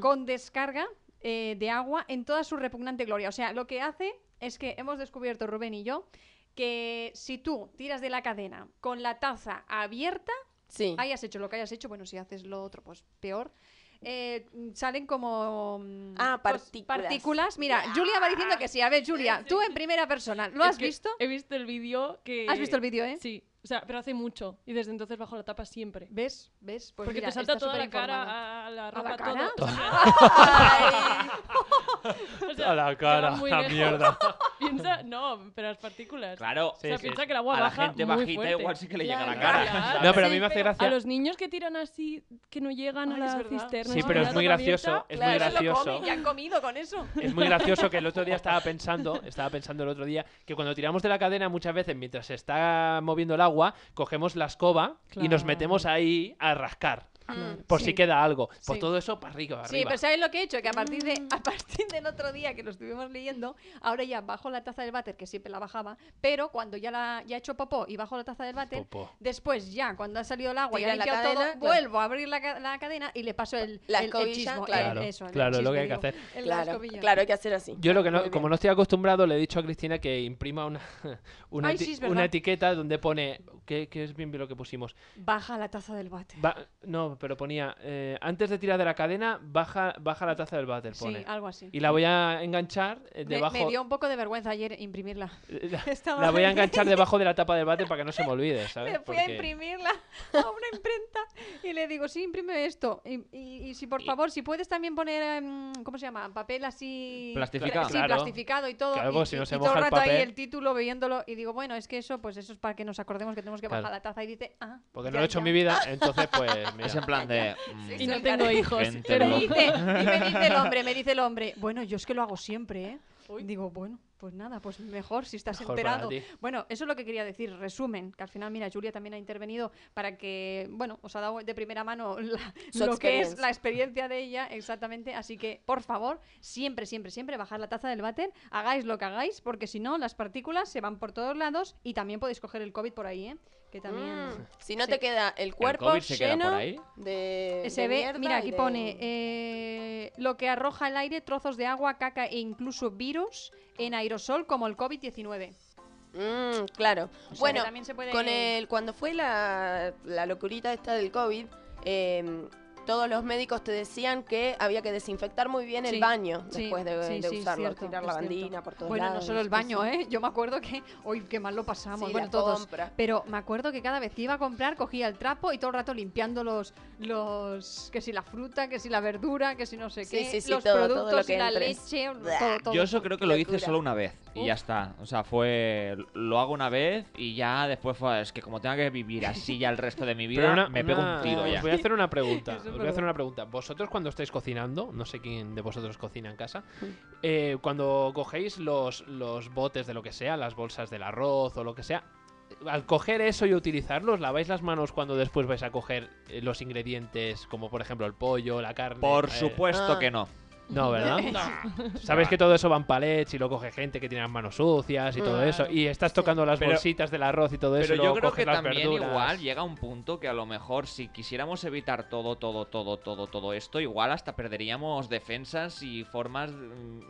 S3: con descarga eh, de agua en toda su repugnante gloria. O sea, lo que hace es que hemos descubierto, Rubén y yo, que si tú tiras de la cadena con la taza abierta,
S2: Sí.
S3: hayas hecho lo que hayas hecho, bueno, si haces lo otro, pues peor. eh, salen como mm,
S2: Ah,
S3: cos-
S2: partículas.
S3: partículas. Mira, Julia va diciendo que sí. A ver, Julia, tú en primera persona, ¿lo
S6: Es
S3: has
S6: que
S3: visto?
S6: He visto el vídeo que...
S3: ¿Has visto el vídeo, eh?
S6: Sí, o sea, pero hace mucho. Y desde entonces bajo la tapa siempre.
S3: ¿Ves? ¿Ves? Pues
S6: Porque
S3: mira,
S6: te salta
S3: está
S6: toda la
S3: superinformada.
S6: cara, a la ropa,
S3: la cara? [laughs]
S6: todo.
S2: Ay,
S6: [laughs] O sea,
S1: A la
S6: te va
S1: cara,
S6: muy
S1: la
S3: [laughs]
S6: lejos.
S1: mierda.
S6: [laughs] Piensa, no, pero las partículas.
S4: Claro,
S6: o sea,
S1: sí,
S6: piensa
S1: sí.
S6: que el agua
S4: a la
S6: baja
S4: gente
S6: muy
S4: bajita
S6: fuerte.
S4: igual sí que le llega a la
S6: Claro,
S4: cara.
S6: claro.
S4: ¿sabes?
S1: No, pero a mí me hace
S6: A
S1: gracia.
S6: los niños que tiran así, que no llegan
S3: Ay,
S6: a
S3: es
S6: la
S3: verdad.
S6: cisterna.
S1: Sí,
S6: con
S1: pero
S6: la
S1: es muy
S6: tapa
S1: gracioso.
S6: abierta.
S1: Es
S2: Claro,
S1: muy
S2: eso lo
S1: gracioso.
S3: Y han comido con eso.
S1: Es muy gracioso que el otro día estaba pensando, estaba pensando el otro día, que cuando tiramos de la cadena muchas veces mientras se está moviendo el agua, cogemos la escoba y nos
S6: Claro.
S1: metemos ahí a rascar,
S3: Mm,
S1: por si queda algo. Por
S3: Sí.
S1: todo eso, para [laughs] arriba, para
S3: Sí,
S1: arriba.
S3: pero ¿sabes lo que he hecho? Que a partir, de, a partir del otro día que lo estuvimos leyendo, ahora ya bajo la taza del váter, que siempre la bajaba, pero cuando ya la ya he hecho popó y bajo la taza del váter,
S1: Popó.
S3: después ya, cuando ha salido el agua y
S2: Tira
S3: ha
S2: la
S3: limpiado todo,
S2: cadena, claro.
S3: vuelvo a abrir la, ca- la cadena y le paso el,
S2: La
S3: el- el
S2: escobilla, claro.
S3: chismo, el-
S1: Claro,
S3: eso, el
S1: claro, es lo
S3: chisme,
S1: que hay que
S3: digo,
S1: hacer.
S3: el- la
S2: claro,
S3: escobilla.
S2: claro, hay que hacer así.
S1: Yo lo que
S2: Muy
S1: no,
S2: bien.
S1: como no estoy acostumbrado, le he dicho a Cristina que imprima una, [laughs] una,
S3: Ay,
S1: eti-
S3: sí, es verdad.
S1: una etiqueta donde pone, que, que es bien bien lo que pusimos.
S3: Baja la taza del váter.
S1: Ba- no, pero ponía, eh, antes de tirar de la cadena, baja, baja la taza del váter,
S3: Sí,
S1: pone.
S3: algo así.
S1: y la voy a enganchar eh,
S3: Me-
S1: debajo.
S3: me dio un poco de vergüenza ayer imprimirla.
S1: [laughs]
S3: [laughs]
S1: La,
S3: Estaba
S1: la voy a
S3: ahí.
S1: enganchar debajo de la tapa del váter para que no se me olvide, ¿sabes?
S3: [laughs] Me fui a
S1: Porque-
S3: imprimirla [laughs] a una imprenta y le digo, sí, imprime esto. Y, y- y si por favor, si puedes también poner, em, ¿cómo se llama? Papel así...
S4: Plastificado.
S3: Sí,
S1: Claro.
S3: plastificado y todo.
S1: Claro,
S3: y,
S1: porque si
S3: y-
S1: no se
S3: y todo
S1: moja el
S3: rato ahí
S1: papel.
S3: el título bebiéndolo y digo, bueno, es que eso, pues eso es para que nos acordemos que tenemos que
S1: Claro.
S3: bajar la taza y dice, ah,
S1: Porque no
S3: ya,
S1: lo he hecho en mi
S3: ya".
S1: vida, entonces pues mira.
S4: Es en plan de.
S6: Y
S4: mm,
S6: no tengo hijos.
S4: Gente
S6: Pero
S3: Y, dice- y me dice el hombre, me dice el hombre, bueno, yo es que lo hago siempre, ¿eh? Digo, bueno, pues nada, pues mejor si estás
S1: Mejor para
S3: enterado.
S1: ti.
S3: Bueno, eso es lo que quería decir, resumen, que al final, mira, Julia también ha intervenido para que, bueno, os ha dado de primera mano [laughs] la-
S2: Su
S3: lo que es
S2: experiencia.
S3: la experiencia de ella, exactamente. Así que, por favor, siempre, siempre, siempre bajar la taza del váter, hagáis lo que hagáis, porque si no, las partículas se van por todos lados y también podéis coger el COVID por ahí, ¿eh? Que también...
S2: Mm, Si no
S3: Sí.
S2: te queda el cuerpo
S4: COVID se queda por
S2: lleno
S4: ahí?
S2: de.
S3: Eh, Se
S2: de
S3: ve,
S2: mierda
S3: mira,
S2: y
S3: aquí
S2: de-
S3: pone eh, lo que arroja al aire trozos de agua, caca e incluso virus en aerosol como el COVID-19.
S2: Mm, claro.
S3: sea,
S2: bueno,
S3: que también se puede-
S2: con el, cuando fue la, la locurita esta del COVID, eh, todos los médicos te decían que había que desinfectar muy bien
S3: Sí,
S2: el baño
S3: sí,
S2: después de,
S3: sí,
S2: de
S3: sí,
S2: usarlo,
S3: cierto,
S2: tirar
S3: es
S2: la
S3: cierto.
S2: bandina por todos
S3: Bueno,
S2: lados.
S3: no solo el baño, ¿eh? Yo me acuerdo que, [laughs] uy, qué mal lo pasamos,
S2: Sí,
S3: bueno,
S2: la
S3: todos.
S2: compra.
S3: Pero me acuerdo que cada vez que iba a comprar cogía el trapo y todo el rato limpiando los, los que si la fruta, que si la verdura, que si no sé
S2: Sí,
S3: qué,
S2: sí, sí,
S3: los
S2: todo, todo
S3: productos
S2: lo que
S3: y la
S2: entres.
S3: leche,
S2: Blah.
S3: todo, todo.
S4: Yo eso creo que lo hice
S2: Locura.
S4: solo una vez y
S3: Uf.
S4: ya está. O sea, fue. Lo hago una vez y ya después fue. Es que como tenga que vivir así ya el resto de mi vida,
S1: Pero una-
S4: me pego
S1: una-
S4: un tiro
S1: Os
S4: ya.
S1: voy a hacer una pregunta.
S3: [laughs] Eso es
S1: os voy a
S3: verdad.
S1: hacer una pregunta. Vosotros cuando estáis cocinando, no sé quién de vosotros cocina en casa, eh, cuando cogéis los, los botes de lo que sea, las bolsas del arroz o lo que sea, al coger eso y utilizarlos, laváis las manos cuando después vais a coger eh, los ingredientes, como por ejemplo el pollo, la carne.
S4: Por
S1: eh,
S4: supuesto
S2: Ah.
S4: que no.
S1: No,
S3: [laughs]
S1: ¿verdad? Sabéis que todo eso va en palets y lo coge gente que tiene las manos sucias y todo eso. Y estás tocando las
S4: Pero-
S1: bolsitas del arroz y todo eso.
S4: Pero
S1: y luego
S4: yo creo
S1: coges
S4: que
S1: las
S4: también
S1: verduras.
S4: igual llega un punto que a lo mejor si quisiéramos evitar todo, todo, todo, todo, todo, todo esto, igual hasta perderíamos defensas y formas mm,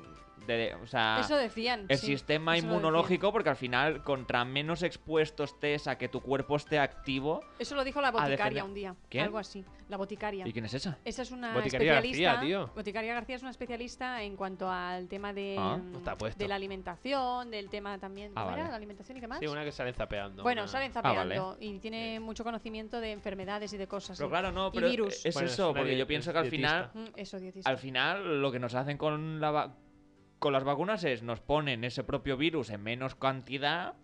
S4: de- o sea,
S3: Eso decían.
S4: el
S3: sí,
S4: sistema
S3: eso lo
S4: inmunológico, porque al final, contra menos expuesto estés a que tu cuerpo esté activo.
S3: decían. Eso lo dijo la
S4: defender-
S3: boticaria un día.
S4: ¿Quién?
S3: Algo así. La boticaria.
S4: ¿Y quién es esa?
S3: Esa es una
S1: Boticaria García,
S3: especialista.
S1: tío.
S3: Boticaria García es una especialista en cuanto al tema de,
S4: Ah,
S3: mm,
S1: no está puesto.
S3: de la alimentación, del tema también.
S4: Ah,
S3: ¿cómo era?
S4: vale.
S3: ¿La alimentación y qué más?
S1: Sí, una que salen zapeando.
S3: Bueno,
S1: una-
S3: salen
S4: vale.
S3: zapeando y tiene mucho conocimiento de enfermedades y de cosas.
S4: Pero
S3: ¿eh?
S4: claro, no,
S3: Y
S4: pero
S3: virus.
S4: es
S1: Bueno, es
S4: eso,
S1: una
S4: porque
S1: di-
S4: yo pienso
S1: es
S4: que al
S1: dietista.
S4: final
S3: Mm, Eso, dietista.
S4: al final lo que nos hacen con la va- con las vacunas es nos ponen ese propio virus en menos cantidad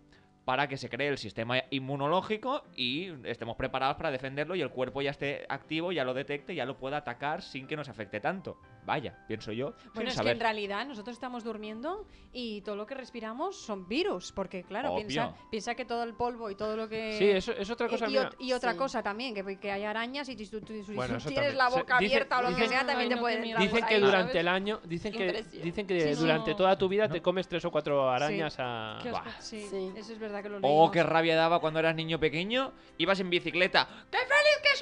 S4: para que se cree el sistema inmunológico y estemos preparados para defenderlo y el cuerpo ya esté activo, ya lo detecte, ya lo pueda atacar sin que nos afecte tanto. Vaya, pienso yo. sin
S3: Bueno, es que
S4: saber.
S3: en realidad nosotros estamos durmiendo y todo lo que respiramos son virus, porque claro,
S4: Obvio.
S3: piensa, piensa que todo el polvo y todo lo que...
S1: Sí, eso es otra
S3: y-
S1: cosa.
S3: y,
S1: mía.
S3: ot- y otra
S2: Sí.
S3: cosa también, que, que hay arañas y si tú, tú- si
S1: Bueno,
S3: tú
S1: eso
S3: tienes
S1: también.
S3: la
S1: Se-
S3: boca
S1: dice-
S3: abierta o lo que
S1: dicen-
S3: sea, también
S6: Ay,
S3: te
S6: no,
S3: pueden
S6: qué miedo.
S1: Dicen
S6: Ahí,
S1: que
S6: ¿sabes?
S1: durante el año, dicen que,
S2: Impresión.
S1: dicen que
S6: Sí, sí.
S1: durante
S6: No.
S1: toda tu vida te comes tres o cuatro arañas a.
S6: Qué
S1: Buah.
S6: asco.
S3: Sí,
S2: Sí.
S3: eso es verdad que lo
S4: Oh,
S3: leímos.
S4: qué rabia daba cuando eras niño pequeño. Ibas en bicicleta. ¡Qué feliz que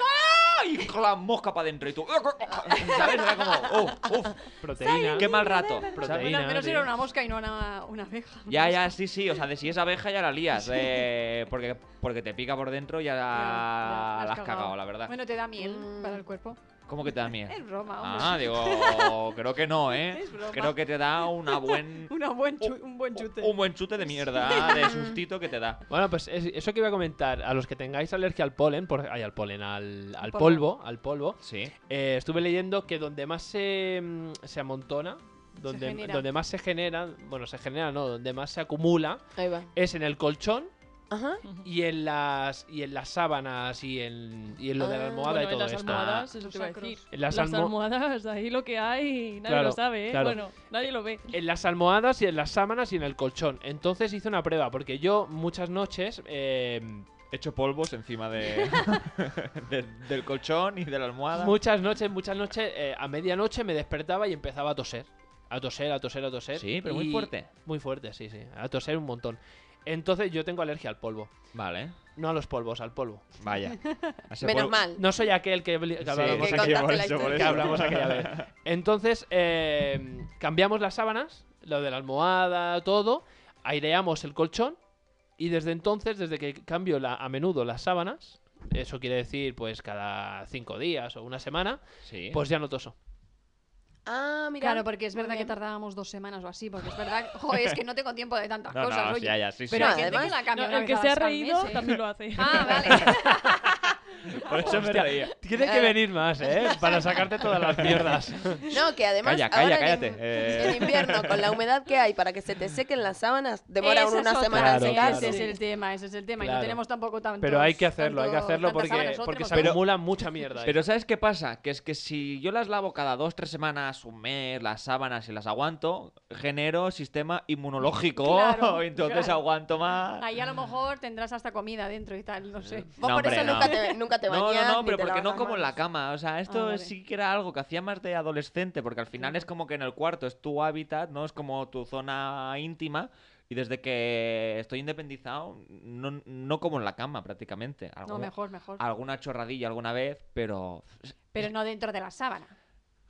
S4: soy! Y con la mosca para adentro. Y tú. [laughs] ¿Sabes? Era como. "Oh, uf,
S1: Proteína.
S4: ¡Qué mal rato! ¿sabes?
S1: Proteína.
S3: Bueno, al menos
S1: tío.
S3: era una mosca y no una, una abeja.
S4: Ya, ya, sí, sí. O sea, de si es abeja ya la lías. eh, porque, porque te pica por dentro ya la,
S3: Ya, ya,
S4: la
S3: la
S4: has cagado, la verdad.
S3: Bueno, te da miel
S2: Mm.
S3: para el cuerpo.
S4: ¿Cómo que te da miedo?
S3: Es broma, hombre.
S4: Ah, [laughs] digo, creo que no, ¿eh?
S3: Es broma.
S4: Creo que te da una [laughs] buen,
S3: Una buen chu- un buen chute.
S4: un buen chute de mierda, de sustito que te da.
S1: Bueno, pues es- eso que iba a comentar, a los que tengáis alergia al polen, por, ay, al polen, al, al
S3: Polvo.
S1: polvo, al polvo,
S4: Sí.
S1: eh, estuve leyendo que donde más se, mm, se amontona, donde,
S3: genera.
S1: donde más se genera, bueno, se genera, no, donde más se acumula,
S2: Ahí va.
S1: es en el colchón
S2: Ajá.
S1: y en las, y en las sábanas y en, y en lo de la
S2: Ah.
S1: almohada
S6: Bueno,
S1: y todo
S6: en las
S1: esto.
S6: almohadas, eso
S3: Los
S6: te iba a
S3: sacros.
S6: decir.
S1: En las almo-
S6: almohadas, ahí lo que hay, nadie
S1: Claro,
S6: lo sabe, ¿eh?
S1: claro. Eh,
S6: Bueno, nadie lo ve.
S1: En las almohadas y en las sábanas y en el colchón. Entonces hice una prueba, porque yo muchas noches... eh,
S4: He hecho polvos encima [laughs] de, de- del colchón y de la almohada.
S1: Muchas noches, muchas noches, eh, a medianoche me despertaba y empezaba a toser. A toser, a toser, a toser.
S4: Sí, pero muy
S1: y-
S4: fuerte.
S1: Muy fuerte, sí, sí. A toser un montón. Entonces yo tengo alergia al polvo.
S4: Vale.
S1: No a los polvos, al polvo.
S4: [laughs] Vaya. A ese
S2: Menos
S4: polvo-
S2: mal.
S1: No soy aquel que, habl- que
S4: Sí, [laughs]
S1: hablábamos,
S2: Que
S1: aquella-
S2: contaste la historia.
S1: que hablamos aquella vez. Entonces eh, cambiamos las sábanas, lo de la almohada, todo. Aireamos el colchón. Y desde entonces, desde que cambio la- a menudo las sábanas, eso quiere decir pues cada cinco días o una semana,
S4: Sí.
S1: pues ya no toso.
S2: Ah, mira.
S3: Claro, porque es
S2: Muy
S3: verdad que
S2: bien.
S3: tardábamos dos semanas o así, porque es verdad, [laughs] joder, es que no tengo tiempo de tantas
S4: No, no,
S3: cosas, oye.
S4: ya, ya, sí, sí.
S3: Pero
S2: No,
S3: hay gente que
S2: además-
S3: la cambia
S6: No,
S3: una
S6: el
S3: vez
S6: que
S3: a
S6: se ha
S3: las al
S6: reído
S3: mes, ¿eh?
S6: también
S3: [laughs]
S6: lo hace.
S3: Ah,
S2: [laughs]
S3: vale.
S4: Por eso me reía.
S1: Tiene que
S2: Eh.
S1: venir más, ¿eh? [laughs] Para sacarte todas las mierdas.
S2: No, que además.
S4: Calla, calla,
S2: ahora en-
S4: cállate. Eh.
S2: [laughs] En invierno, con la humedad que hay, para que se te sequen las sábanas, demoran
S3: Esa es
S2: una
S3: otra,
S2: semana en
S1: Claro,
S3: sí,
S1: claro.
S2: secarse.
S3: Ese es el tema, ese es el tema. Y
S1: Claro.
S3: no tenemos tampoco tanto.
S1: Pero hay que hacerlo, hay que hacerlo porque, porque se acumula mucha mierda. ahí.
S4: Pero ¿sabes qué pasa? Que es que si yo las lavo cada dos, tres semanas, un mes, las sábanas y las aguanto, genero sistema inmunológico. [laughs]
S3: Claro,
S4: entonces
S3: claro.
S4: aguanto más.
S3: Ahí a lo mejor tendrás hasta comida dentro y tal, no sé.
S2: Vos
S4: No,
S2: por
S4: hombre,
S2: eso
S4: no.
S2: nunca te, nunca te
S4: no,
S2: bañás.
S4: no, no,
S2: ni
S4: pero
S2: te
S4: porque
S2: lavas
S4: no
S2: las
S4: como en la
S2: manos. Ah,
S4: cama. O sea, esto
S3: vale.
S4: sí que era algo que hacía más de adolescente, porque al final es como que en el cuarto es tu hábitat, ¿no? Es como tu zona íntima. Y desde que estoy independizado, no, no como en la cama prácticamente.
S3: No,
S4: Algún-
S3: mejor, mejor.
S4: Alguna chorradilla alguna vez, pero
S3: Pero no dentro de la sábana.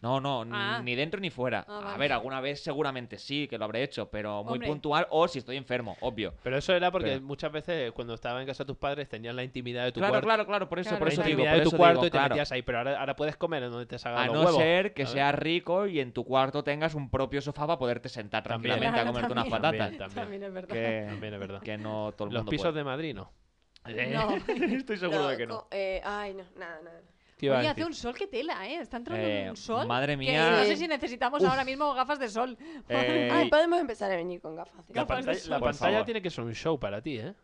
S4: No, no, n-
S3: Ah.
S4: ni dentro ni fuera.
S3: Ah,
S4: A
S3: vale.
S4: ver, alguna vez seguramente sí que lo habré hecho, pero muy
S3: Hombre.
S4: puntual o si estoy enfermo, obvio.
S1: Pero eso era porque
S4: Pero-
S1: muchas veces cuando estaba en casa de tus padres tenías la intimidad de tu
S4: claro,
S1: cuarto.
S4: claro, claro, por eso,
S3: Claro,
S4: por
S1: la
S4: eso
S3: claro.
S4: digo,
S1: intimidad
S4: por
S1: de
S4: eso
S1: tu
S4: digo,
S1: cuarto y te
S4: claro.
S1: metías ahí. Pero ahora, ahora puedes comer en donde te salgan
S4: A
S1: los
S4: no
S1: huevos.
S4: ser que
S1: ¿sabes?
S4: sea rico y en tu cuarto tengas un propio sofá para poderte sentar
S1: También.
S4: tranquilamente a
S3: Claro,
S4: comerte unas
S3: también.
S4: patatas.
S1: También, también.
S3: También es verdad. [laughs]
S4: Que,
S1: También es verdad.
S4: que no todo el
S1: Los
S4: mundo
S1: pisos
S4: puede.
S1: de Madrid no. Eh,
S3: No.
S4: [laughs] Estoy seguro de que no.
S2: co- eh, ay, no, nada, nada.
S1: ¿Qué iba a
S3: Oye,
S1: decir?
S3: hace un sol que tela, ¿eh? Está entrando
S4: Eh,
S3: un sol.
S4: madre
S3: que
S4: mía.
S3: no sé si necesitamos ahora mismo gafas de sol.
S4: Eh,
S2: Ay, podemos empezar a venir con gafas. ¿eh? de
S1: La
S2: sol.
S1: pantalla, la
S4: Por
S1: pantalla
S4: favor.
S1: tiene que ser un show para ti, ¿eh?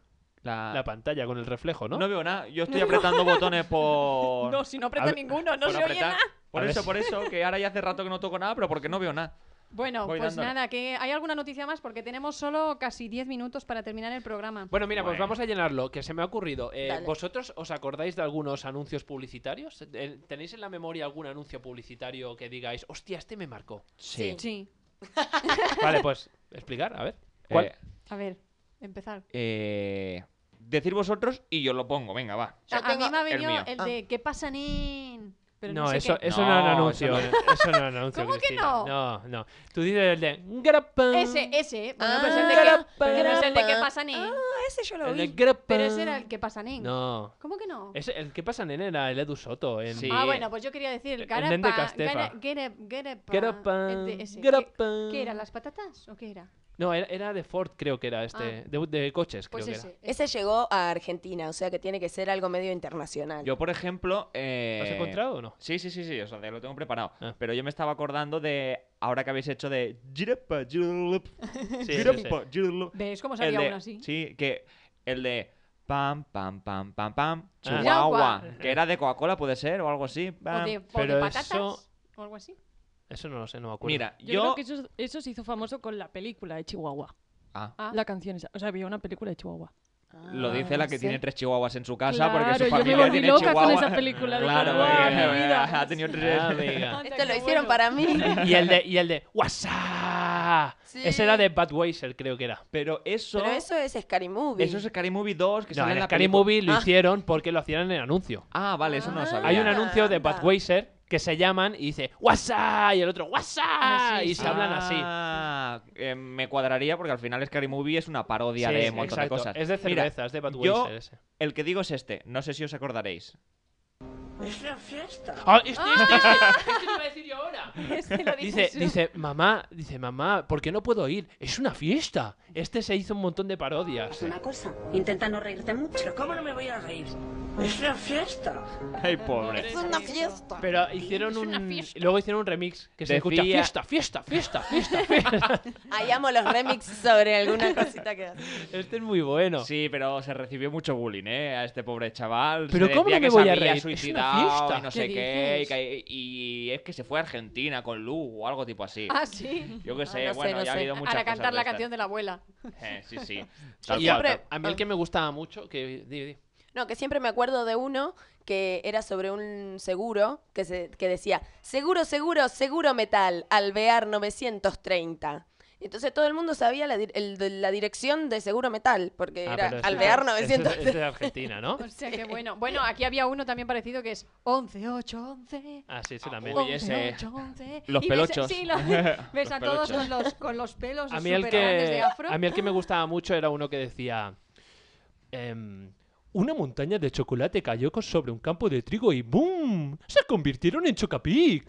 S4: la-
S1: La pantalla con el reflejo, ¿no?
S4: ¿no? veo nada. Yo estoy apretando botones por.
S3: [laughs] No, si no aprieta
S4: Al-
S3: ninguno, no
S4: por
S3: se oye
S4: apretar.
S3: nada.
S1: A
S4: Por
S1: ver
S4: eso,
S1: si-
S4: por eso, que ahora ya hace rato que no toco nada, pero porque no veo nada.
S3: Bueno,
S4: Voy
S3: pues
S4: dándole.
S3: nada, que hay alguna noticia más porque tenemos solo casi 10 minutos para terminar el programa.
S1: Bueno, mira, pues
S4: Bueno.
S1: vamos a llenarlo, que se me ha ocurrido. Eh,
S2: Dale.
S1: ¿Vosotros os acordáis de algunos anuncios publicitarios? Eh, ¿Tenéis en la memoria algún anuncio publicitario que digáis, hostia, este me marcó?
S4: [laughs]
S2: Sí.
S3: Sí,
S1: Vale, pues explicar, a ver. ¿Cuál?
S4: Eh,
S3: a ver, empezar.
S4: Eh, decir vosotros y yo lo pongo, venga, va.
S2: Yo
S3: a a mí
S2: tengo
S3: me ha
S4: el
S3: venido
S4: mío.
S3: el, de ¿qué pasa, nen?
S6: Pero no,
S1: no,
S6: sé
S1: eso,
S6: qué.
S1: eso no, era un
S4: No,
S1: anuncio.
S4: eso
S1: [laughs] Eso no era un anuncio.
S3: ¿Cómo que
S1: Cristina.
S3: no?
S1: No, no. Tú dices el de. Grappan.
S3: Ese, ese. ¿eh? Bueno, pero es el de
S1: Ah,
S3: que, pero es el de que
S2: grapa.
S3: pasan en.
S2: Ah, ese yo lo
S1: El de
S2: vi.
S1: Grappan.
S3: Pero ese era el que pasan en.
S1: No.
S3: ¿Cómo que no?
S1: Ese- el que pasa en era el Edu Soto. En...
S4: Sí.
S3: Ah, bueno, pues yo quería decir el
S1: El nen de
S3: garapa.
S1: Castefa.
S3: gara- gere- gerepa,
S1: Grappan.
S3: el de este, ese. ¿Qué,
S1: Grappan.
S3: qué eran las patatas o qué era?
S1: No, era, era de Ford, creo que era este.
S3: Ah.
S1: De, de coches,
S3: Pues
S1: creo
S3: ese.
S2: Ese llegó a Argentina, o sea que tiene que ser algo medio internacional.
S4: Yo, por ejemplo.
S1: que
S4: Eh...
S1: era. ¿Has encontrado o no?
S4: Sí, sí, sí, sí, o sea, de- lo tengo preparado.
S1: Ah.
S4: Pero yo me estaba acordando de ahora que habéis hecho de Jirapa, Jirulup,
S1: sí,
S4: Jirapa, Jirulup.
S3: ¿Ves cómo
S4: El
S3: sabía
S4: de-
S3: uno así?
S4: Sí, que el de pam, pam, pam, pam, pam,
S1: Ah.
S4: Chihuahua,
S1: Chihuahua.
S4: que era de Coca-Cola, puede ser, o algo así.
S3: O
S4: pam.
S3: de, o de
S1: Pero
S3: patatas
S1: eso-
S3: o algo así.
S1: Eso no lo sé, no me acuerdo.
S4: Mira,
S6: Yo,
S4: yo...
S6: creo que eso, eso se hizo famoso con la película de Chihuahua.
S4: Ah,
S3: Ah.
S6: La canción esa. O sea, había una película de Chihuahua.
S2: Ah.
S4: lo dice la que
S2: Sí.
S4: tiene tres chihuahuas en su casa porque
S6: Ah, Claro,
S4: su
S6: yo me
S4: familia
S6: volví
S4: tiene
S6: loca con
S4: chihuahua.
S6: esa película. Dije,
S4: Claro,
S6: "Guau,
S4: porque
S6: mi
S4: [laughs]
S6: vida".
S4: ha tenido tres...
S1: Ah,
S3: [laughs]
S1: amiga.
S2: Esto lo hicieron para mí.
S1: Y el de, y el de WhatsApp.
S2: Sí.
S1: Ese era de Budweiser, creo que era.
S4: Pero eso...
S2: Pero eso es Scary Movie.
S4: Eso es Scary Movie 2 que
S1: No,
S4: sale en
S1: en
S4: la
S1: Scary
S4: película.
S1: Movie lo
S2: Ah.
S1: hicieron porque lo hacían en el anuncio.
S4: Ah, vale, eso no lo
S2: Ah.
S4: sabía.
S1: Hay un anuncio de
S2: Anda.
S1: Budweiser que se llaman y dice WhatsApp y el otro WhatsApp
S6: sí,
S1: y
S6: sí.
S1: se hablan así.
S4: Ah, eh, me cuadraría porque al final Scary Movie es una parodia
S1: Sí,
S4: de
S1: sí,
S4: un montón
S1: exacto.
S4: de cosas.
S1: Es de
S4: Mira,
S1: cervezas, de
S4: yo-
S1: Budweiser ese.
S4: el que digo es este, no sé si os acordaréis.
S1: Ah, este, este, este, este lo iba a decir yo
S6: [laughs]
S1: ahora.
S3: Este lo
S1: Dice,
S3: Jesús.
S1: dice, mamá, dice, mamá, ¿por qué no puedo ir? Es una fiesta. Este se hizo un montón de parodias.
S7: Una cosa, intenta no reírte mucho.
S8: ¿Cómo no me voy a reír? Es una fiesta.
S4: Ay, pobre.
S2: Es una fiesta.
S1: Pero hicieron un. Luego hicieron un remix que se escucha
S4: Decía-
S1: fiesta, fiesta, fiesta, fiesta, fiesta.
S2: Ahí amo los remixes sobre alguna cosita que hace.
S1: [laughs] este es muy bueno.
S4: Sí, pero se recibió mucho bullying, ¿eh? A este pobre chaval.
S1: Pero
S4: se
S1: ¿cómo
S4: decía
S1: no me
S4: que
S1: voy
S4: se
S1: a
S4: había
S1: reír? Es una
S4: suicidado
S1: fiesta.
S4: y no
S1: ¿Qué
S4: sé qué. Y,
S6: dices?
S4: que- y es que se fue a Argentina con Lu o algo tipo así.
S3: Ah, sí.
S4: Yo qué sé,
S2: no sé,
S4: bueno,
S2: no
S4: ya ha
S2: sé.
S4: habido muchas
S3: Para
S4: cosas
S3: cantar
S4: de
S3: la
S4: estas.
S3: canción de la abuela.
S4: Eh, sí, sí. Tal
S1: Y
S4: cual,
S1: a,
S4: tal-
S1: a mí el que me gustaba mucho, que di- di-
S2: No, que siempre me acuerdo de uno que era sobre un seguro que, se, que decía, seguro, seguro, seguro metal, alvear 930. Entonces todo el mundo sabía la, dir- el de- la dirección de seguro metal, porque
S1: Ah,
S2: era
S1: pero ese-
S2: alvear
S1: ese-
S2: 930.
S1: ese es de Argentina, ¿no?
S3: [laughs] O sea, que [laughs] bueno. Bueno, aquí había uno también parecido que es 11, 8, 11.
S1: Ah, sí, ese
S4: Ah,
S1: también.
S4: uy,
S3: 11,
S4: ese.
S3: 8, 11.
S4: [laughs] Los
S3: Y ves-
S4: pelochos. [laughs]
S3: sí, lo- ves
S4: Los
S3: a todos
S4: pelochos.
S3: con los, con los pelos
S1: A mí, el
S3: supergrandes de
S1: que,
S3: afro.
S1: a mí el que me gustaba mucho era uno que decía... em, una montaña de chocolate cayó co- sobre un campo de trigo y ¡boom! Se convirtieron en Chocapic.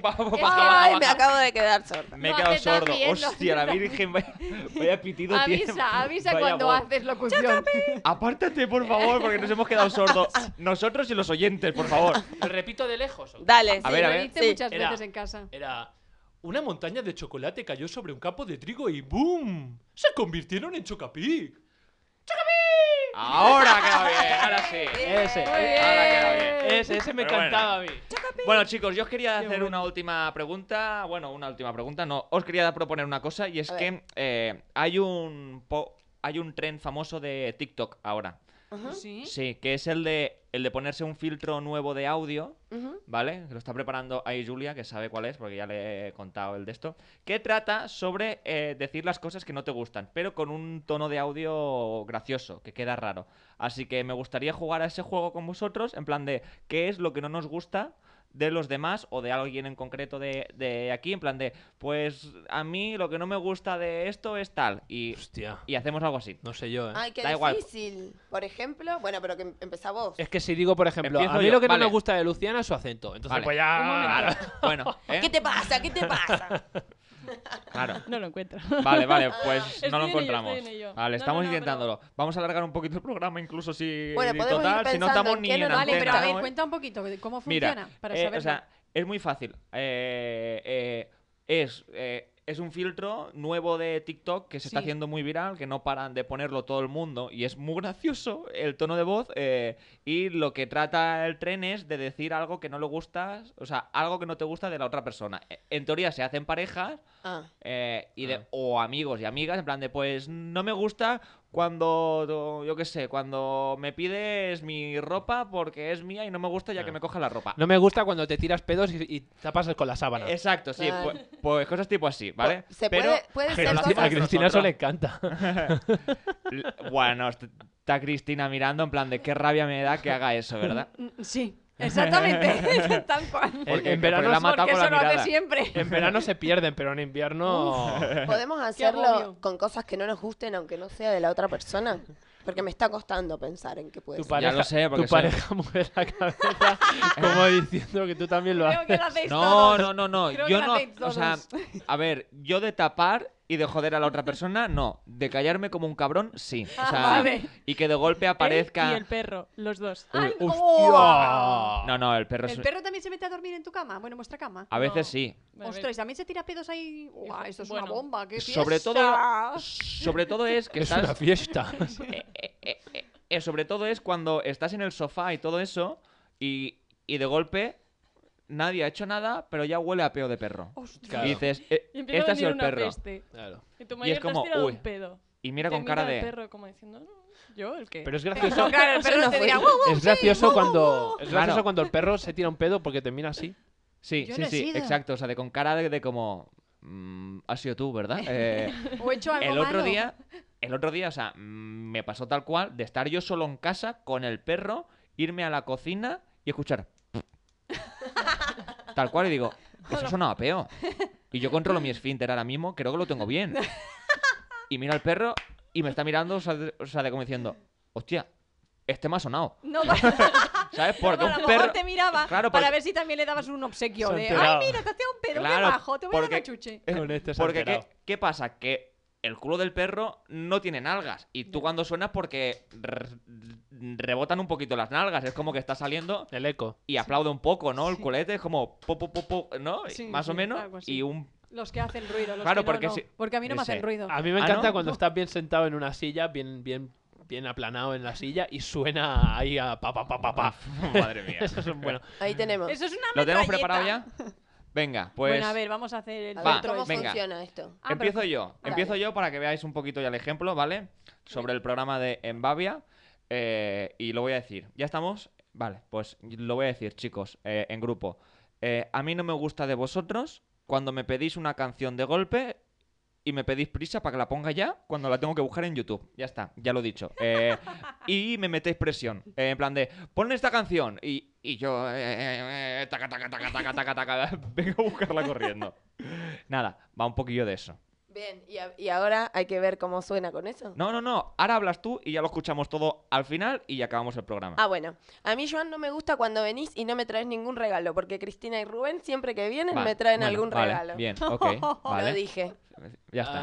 S4: Baja, baja,
S2: Ay,
S4: baja,
S2: me
S4: baja.
S2: acabo de quedar sorda.
S4: Me he
S3: No,
S4: quedado
S3: te estás
S4: sordo.
S3: riendo.
S4: Hostia, la Virgen, vaya, vaya pitido tiene. [laughs]
S3: Avisa, avisa
S4: Vaya
S3: cuando
S4: voz.
S3: haces locución.
S4: Apártate, por favor, porque nos hemos quedado
S3: [laughs]
S4: sordos. Nosotros y los oyentes, por favor.
S1: Lo repito de lejos. ¿o qué?
S2: Dale,
S4: A
S2: sí,
S4: ver, a
S3: Lo
S4: ver.
S3: hice
S2: Sí.
S3: muchas
S1: Era-
S3: veces en casa.
S1: Era... Una montaña de chocolate cayó sobre un campo de trigo y ¡boom! Se convirtieron en Chocapic.
S4: Ahora queda bien, ahora sí.
S3: Eh,
S1: Ese,
S4: Ahora queda bien.
S1: ese, ese me
S4: Pero bueno.
S1: encantaba a mí.
S4: Bueno, chicos, yo os quería hacer
S1: bonito.
S4: una última pregunta. Bueno, una última pregunta, no. Os quería proponer una cosa y es
S2: A
S4: que eh, hay un po- hay un tren famoso de TikTok ahora.
S6: Sí.
S4: Sí, que es el de el de ponerse un filtro nuevo de audio,
S2: Ujú.
S4: ¿vale? Que lo está preparando ahí Julia, que sabe cuál es, porque ya le he contado el de esto. Que trata sobre eh, decir las cosas que no te gustan, pero con un tono de audio gracioso, que queda raro. Así que me gustaría jugar a ese juego con vosotros, en plan de qué es lo que no nos gusta de los demás o de alguien en concreto de, de aquí, en plan de, pues a mí lo que no me gusta de esto es tal. Y,
S1: Hostia,
S4: y hacemos algo así.
S1: no sé yo, ¿eh?
S2: Ay, qué
S4: Da igual.
S2: difícil. Por ejemplo, bueno, pero que em- empezá vos.
S1: Es que si digo, por ejemplo,
S4: Empiezo
S1: a mí
S4: yo,
S1: lo que
S4: vale.
S1: no me gusta de Luciana es su acento. Entonces,
S4: Vale.
S1: pues ya...
S4: Claro. Bueno, ¿eh?
S2: [laughs] ¿Qué te pasa? ¿Qué te pasa?
S4: Claro.
S6: No lo [laughs] encuentro.
S4: Vale, vale, pues
S6: Estoy
S4: no lo
S6: en ello,
S4: encontramos.
S6: estoy en ello.
S4: Vale,
S6: No,
S4: estamos
S6: no, no,
S4: intentándolo. Vamos a alargar un poquito el programa, incluso si
S2: Bueno, podemos ir
S4: total, si
S2: pensando
S4: no estamos
S2: en
S4: ni
S2: qué
S4: en
S2: nos
S3: Vale,
S4: antena,
S3: pero a ver,
S4: ¿no?
S3: cuenta un poquito de cómo
S4: Mira,
S3: funciona para
S4: eh,
S3: saberlo.
S4: o sea, es muy fácil. Eh, eh, es eh, es un filtro nuevo de TikTok que se está
S3: Sí.
S4: haciendo muy viral, que no paran de ponerlo todo el mundo y es muy gracioso el tono de voz eh, y lo que trata el tren es de decir algo que no le gusta, o sea, algo que no te gusta de la otra persona. Eh, En teoría se hacen parejas
S2: [laughs] Ah,
S4: eh, y de,
S1: Ah.
S4: O amigos y amigas, en plan de, pues no me gusta cuando, yo qué sé, cuando me pides mi ropa porque es mía y no me gusta ya
S1: Ah.
S4: que me coja la ropa.
S1: No me gusta cuando te tiras pedos y, y tapas con la sábana.
S4: Exacto, sí,
S2: Claro.
S4: pues, pues cosas tipo así, ¿vale?
S2: Se
S4: Pero-
S2: puede, puede
S1: Pero
S2: ser
S1: a
S4: las
S1: Cristina- a
S2: cosas.
S4: imágenes-
S1: Cristina eso
S4: nosotros.
S1: le encanta.
S4: [laughs] L- bueno, est- está Cristina mirando en plan de qué rabia me da que haga eso, ¿verdad?
S3: Mm, Sí. [laughs]
S4: [laughs]
S3: Exactamente, [laughs] tal cual.
S1: En-
S4: Porque-
S1: en verano
S4: porque la
S1: se-
S4: mata
S3: Porque
S4: con la
S3: [laughs] eso lo hace
S4: mirada. [laughs]
S3: siempre.
S1: En verano se pierden, pero en invierno.
S2: ¿Podemos hacerlo
S3: agobio.
S2: con cosas que no nos gusten, aunque no sea de la otra persona? Porque me está costando pensar en qué
S3: pues
S2: puede
S1: Tu
S2: ser.
S1: pareja,
S4: lo sé, porque
S1: tu
S4: soy-
S1: pareja [laughs] mueve la
S4: [laughs]
S1: cabeza como diciendo que tú también lo
S3: Creo que
S1: haces.
S3: lo hacéis
S4: No,
S3: todos.
S4: no, no, no.
S3: Creo
S4: yo
S3: que lo
S4: no.
S3: hacéis
S4: O sea,
S3: todos.
S4: a ver, yo de tapar y de joder a la otra persona, no. De callarme como un cabrón, sí. O
S3: Ah,
S4: sea,
S3: vale.
S4: y que de golpe
S6: Él y
S4: aparezca.
S6: el perro, los dos.
S3: Ay,
S1: Uy,
S3: ¡oh!
S1: ¡Hostia!
S4: No, no, el perro es.
S3: ¿El perro también se mete a dormir en tu cama? Bueno, en vuestra cama.
S4: A veces
S6: No.
S4: sí.
S6: Vale,
S3: Ostras, ¿y también se tira pedos ahí. Guau,
S6: Hijo,
S3: esto es una
S6: bueno.
S3: bomba, qué
S4: Sobre todo,
S3: fiesta.
S4: sobre todo es que
S1: Es una
S4: estás. [laughs]
S1: fiesta.
S4: eh, eh, eh, eh, eh, sobre todo es cuando estás en el sofá y todo eso y, y de golpe nadie ha hecho nada, pero ya huele a peo de perro.
S6: Hostia.
S1: Claro.
S4: Y dices, eh,
S6: Y empieza
S4: este
S6: a
S4: ha sido
S6: venir
S4: el
S6: una
S4: perro.
S6: peste.
S1: Claro.
S6: Y tu
S4: Y
S6: marido
S4: es como,
S6: te has tirado
S4: uy.
S6: un pedo.
S4: Y mira
S6: Te
S4: con cara
S6: mira el
S4: de.
S6: perro como diciendo, "Mm, "No, ¿yo el qué?
S1: Pero es gracioso.
S3: No, claro, el perro no te dirá, "Guau, guau,
S1: Es gracioso
S3: guau,
S1: cuando es gracioso
S4: Claro.
S1: cuando el perro se tira un pedo porque termina así.
S4: Sí,
S3: Yo
S4: sí,
S3: no he
S4: sí,
S3: sido.
S4: exacto. O sea, de con cara de, de como. mm, has sido tú, ¿verdad? Eh,
S3: O he hecho algo
S4: el otro
S3: malo.
S4: día, el otro día, o sea, mm, me pasó tal cual de estar yo solo en casa con el perro, irme a la cocina y
S3: [laughs]
S4: escuchar. tal cual, y digo, eso sonaba peo. Y yo controlo mi esfínter ahora mismo, creo que lo tengo bien. Y miro al perro y me está mirando, o sea, de, o sea, de como diciendo, hostia, este me ha
S3: [laughs]
S4: sonado. [laughs]
S3: No, para-
S4: ¿Sabes?
S3: Pero
S4: Porque
S3: a
S4: un
S3: lo
S4: perro.
S3: mejor te miraba
S4: Claro,
S3: para
S4: porque-
S3: ver si también le dabas un obsequio
S1: Se ha
S3: de,
S1: enterado.
S3: ay, mira, te has tirado un pedo muy
S4: Claro,
S3: abajo, te voy a dar
S4: porque-
S3: una chuche.
S4: Eh,
S1: Con este se ha
S4: Porque ¿qué,
S1: enterado.
S4: qué pasa? Que el culo del perro no tiene nalgas. Y tú cuando suenas porque re- rebotan un poquito las nalgas. Es como que está saliendo
S1: El eco.
S4: y aplaude un poco, ¿no? El culete es como po, po, po, po, ¿no?
S6: Sí,
S4: Más o
S6: sí,
S4: menos.
S6: algo así.
S4: Y un...
S3: Los que hacen ruido, los
S4: Claro,
S3: que no,
S4: porque
S3: no.
S4: si-
S3: Porque a mí no
S4: yo
S3: me
S4: sé.
S3: hacen ruido.
S1: A mí me
S4: Ah,
S1: encanta
S4: ¿no?
S1: cuando estás bien sentado en una silla, bien bien bien aplanado en la silla y suena ahí a pa pa pa pa pa.
S4: Madre
S3: [laughs]
S4: mía.
S1: Eso es [laughs] bueno.
S2: Ahí tenemos.
S3: Eso es una
S4: ¿Lo tenemos
S3: metralleta.
S4: preparado ya? Venga, pues...
S3: Bueno, a ver, vamos a hacer el
S2: A
S4: Va,
S2: ver cómo
S4: venga.
S2: funciona esto.
S3: Ah,
S4: Empiezo
S3: pero-
S4: yo. Empiezo yo para que veáis un poquito ya el ejemplo, ¿vale? Sobre el programa de Embavia. eh, y lo voy a decir. ¿Ya estamos? Vale, pues lo voy a decir, chicos, eh, en grupo. Eh, a mí no me gusta de vosotros cuando me pedís una canción de golpe y me pedís prisa para que la ponga ya cuando la tengo que buscar en YouTube. Ya está, ya lo he dicho. Eh, y me metéis presión. eh, en plan de, pon esta canción. Y, y yo, eh, eh, eh, taca, taca, taca, taca, taca, taca, [laughs] vengo a buscarla corriendo. Nada, va un poquillo de eso.
S2: Bien, y, a- y ahora hay que ver cómo suena con eso.
S4: No, no, no. Ahora hablas tú y ya lo escuchamos todo al final y ya acabamos el programa.
S2: Ah, bueno. A mí, Joan, no me gusta cuando venís y no me traes ningún regalo, porque Cristina y Rubén siempre que vienen
S4: Vale,
S2: me traen
S4: bueno,
S2: algún
S4: vale,
S2: regalo.
S4: Bien, ok.
S2: Lo
S4: Vale.
S2: dije.
S4: Ya está.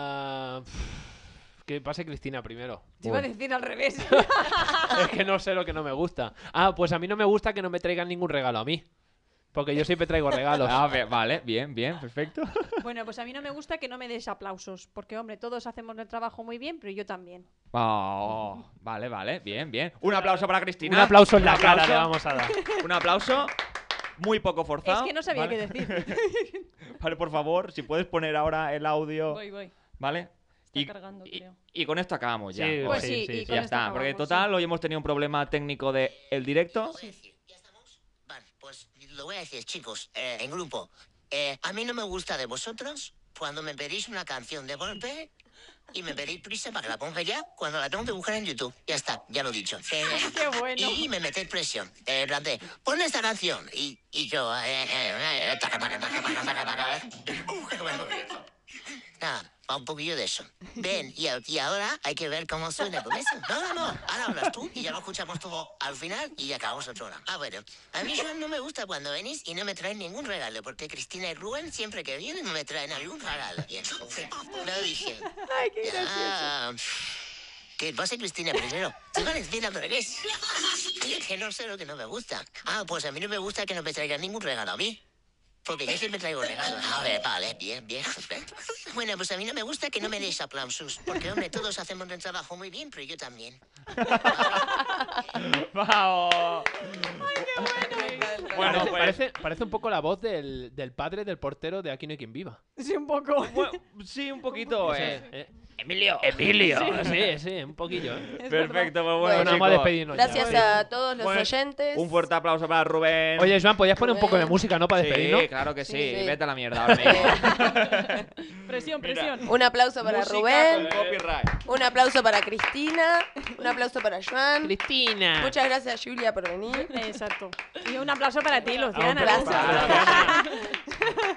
S1: Ah, pff, que pase Cristina primero.
S3: Te iba a
S4: Uy.
S3: decir
S4: [laughs]
S3: al revés.
S1: Es que no sé lo que no me gusta. Ah, pues a mí no me gusta que no me traigan ningún regalo a mí. Porque yo siempre traigo regalos.
S4: [laughs] Ah, bien, vale, bien, bien, perfecto.
S3: bueno, pues a mí no me gusta que no me des aplausos, porque, hombre, todos hacemos el trabajo muy bien, pero yo también.
S4: Oh, vale, vale, bien, bien. Un aplauso para Cristina.
S1: Un aplauso en la
S4: Un
S1: cara le
S4: aplauso,
S1: vamos a dar.
S4: Un aplauso. Muy poco forzado.
S3: es que no sabía
S4: Ah, ¿vale? [laughs]
S3: qué decir.
S4: Vale, por favor, si puedes poner ahora el audio,
S6: Voy, voy.
S4: ¿vale?
S6: Está cargando, creo.
S4: y con esto acabamos ya.
S1: Sí,
S4: hoy.
S3: Pues
S1: Sí,
S3: sí,
S1: sí,
S3: y
S1: sí.
S3: con
S4: ya
S3: esto
S4: está, porque
S3: acabamos,
S4: total
S3: sí.
S4: hoy hemos tenido un problema técnico de el directo.
S9: Lo voy a decir, Pues, ¿ya estamos? Vale, pues lo voy a decir, chicos, eh, en grupo. Eh, a mí no me gusta de vosotros cuando me pedís una canción de golpe y me pedís prisa para que la ponga ya cuando la tengo que buscar en YouTube. Ya está, ya lo he dicho. Eh,
S3: Qué bueno.
S9: Y me metéis presión. Eh, en plan de, pon esta canción. Y, y yo... eh, eh, eh, taca, taca, taca, taca, taca, [laughs] taca. Nada, va un poquillo de eso. Ven, y, a- y ahora hay que ver cómo suena con eso. No, no, no. Ahora hablas tú y ya lo escuchamos todo al final y ya acabamos el programa. Ah, bueno. A mí Joan no me gusta cuando venís y no me traen ningún regalo, porque Cristina y Rubén siempre que vienen me traen algún regalo. Y entonces, lo dije.
S3: Ay, qué gracioso.
S9: Ah, que pase Cristina primero. Te van a decir al revés. Que no sé lo que no me gusta. Ah, pues a mí no me gusta que no me traigan ningún regalo a mí. Porque yo siempre traigo regalos. A ver, vale, bien, bien. Bueno, pues a mí no me gusta que no me deis aplausos. Porque, hombre, todos hacemos el trabajo muy bien, pero yo también.
S4: [laughs] ¡Vamos!
S1: Parece-
S4: Bueno, pues-
S1: parece, parece un poco la voz del, del padre del portero de Aquí no hay quien viva.
S3: Sí, un poco.
S4: Bueno, sí, un poquito.
S1: Ese-
S4: eh.
S1: eh,
S4: Emilio.
S1: Emilio. Sí, sí, un poquillo. ¿eh?
S4: Perfecto, pues
S2: Bueno,
S4: bueno,
S1: Bueno, vamos a
S4: chicos.
S1: despedirnos. ya.
S2: Gracias a todos los
S4: Bueno,
S2: oyentes.
S4: Un fuerte aplauso para Rubén.
S1: Oye, Joan, ¿podías poner un poco de música, no? Para despedirnos.
S4: sí, claro que sí.
S2: Sí, sí.
S4: Vete a la mierda ahora mismo.
S6: Presión, presión.
S2: Un aplauso [laughs] para
S4: Música
S2: Rubén.
S4: con copyright.
S2: Un aplauso para Cristina. Un aplauso para Joan.
S1: Cristina.
S2: Muchas gracias, Julia, por venir.
S6: Exacto. Y un aplauso para ti,
S1: Luciana.
S6: Luciana.
S2: Gracias.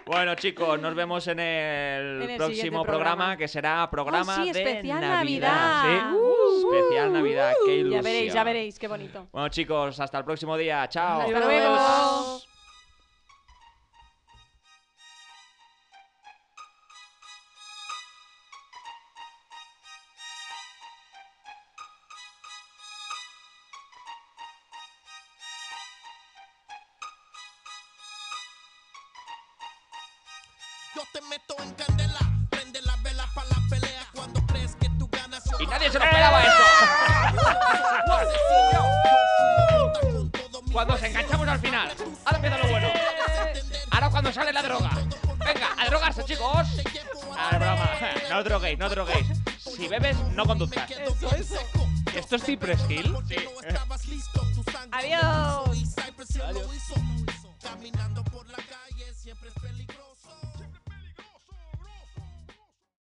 S4: Bueno, chicos, nos vemos en el,
S3: En el siguiente
S4: próximo programa,
S3: programa.
S4: que será programa
S3: Oh, sí,
S4: de
S3: especial
S4: Navidad.
S3: Navidad.
S4: Sí,
S3: Uh,
S4: especial Navidad, qué ilusión.
S6: Ya veréis, ya veréis, qué bonito.
S4: Bueno, chicos, hasta el próximo día. Chao.
S3: Hasta
S2: Nos
S3: luego.
S2: vemos.
S10: Yo te meto en candela, prende las velas para la pelea cuando crees que tú ganas. yo
S4: Y nadie se lo esperaba esto.
S10: te con todo mi
S4: Cuando nos enganchamos al final. Ahora empieza lo bueno. Ahora cuando sale la droga. Venga, a drogarse, chicos. Ah, es broma. No droguéis, no droguéis. Si bebes, no conduzcas.
S1: ¿Esto es Cypress Hill?
S4: Sí.
S6: Adiós.
S10: Cypress Hill lo hizo. Caminando por la calle siempre es peligroso.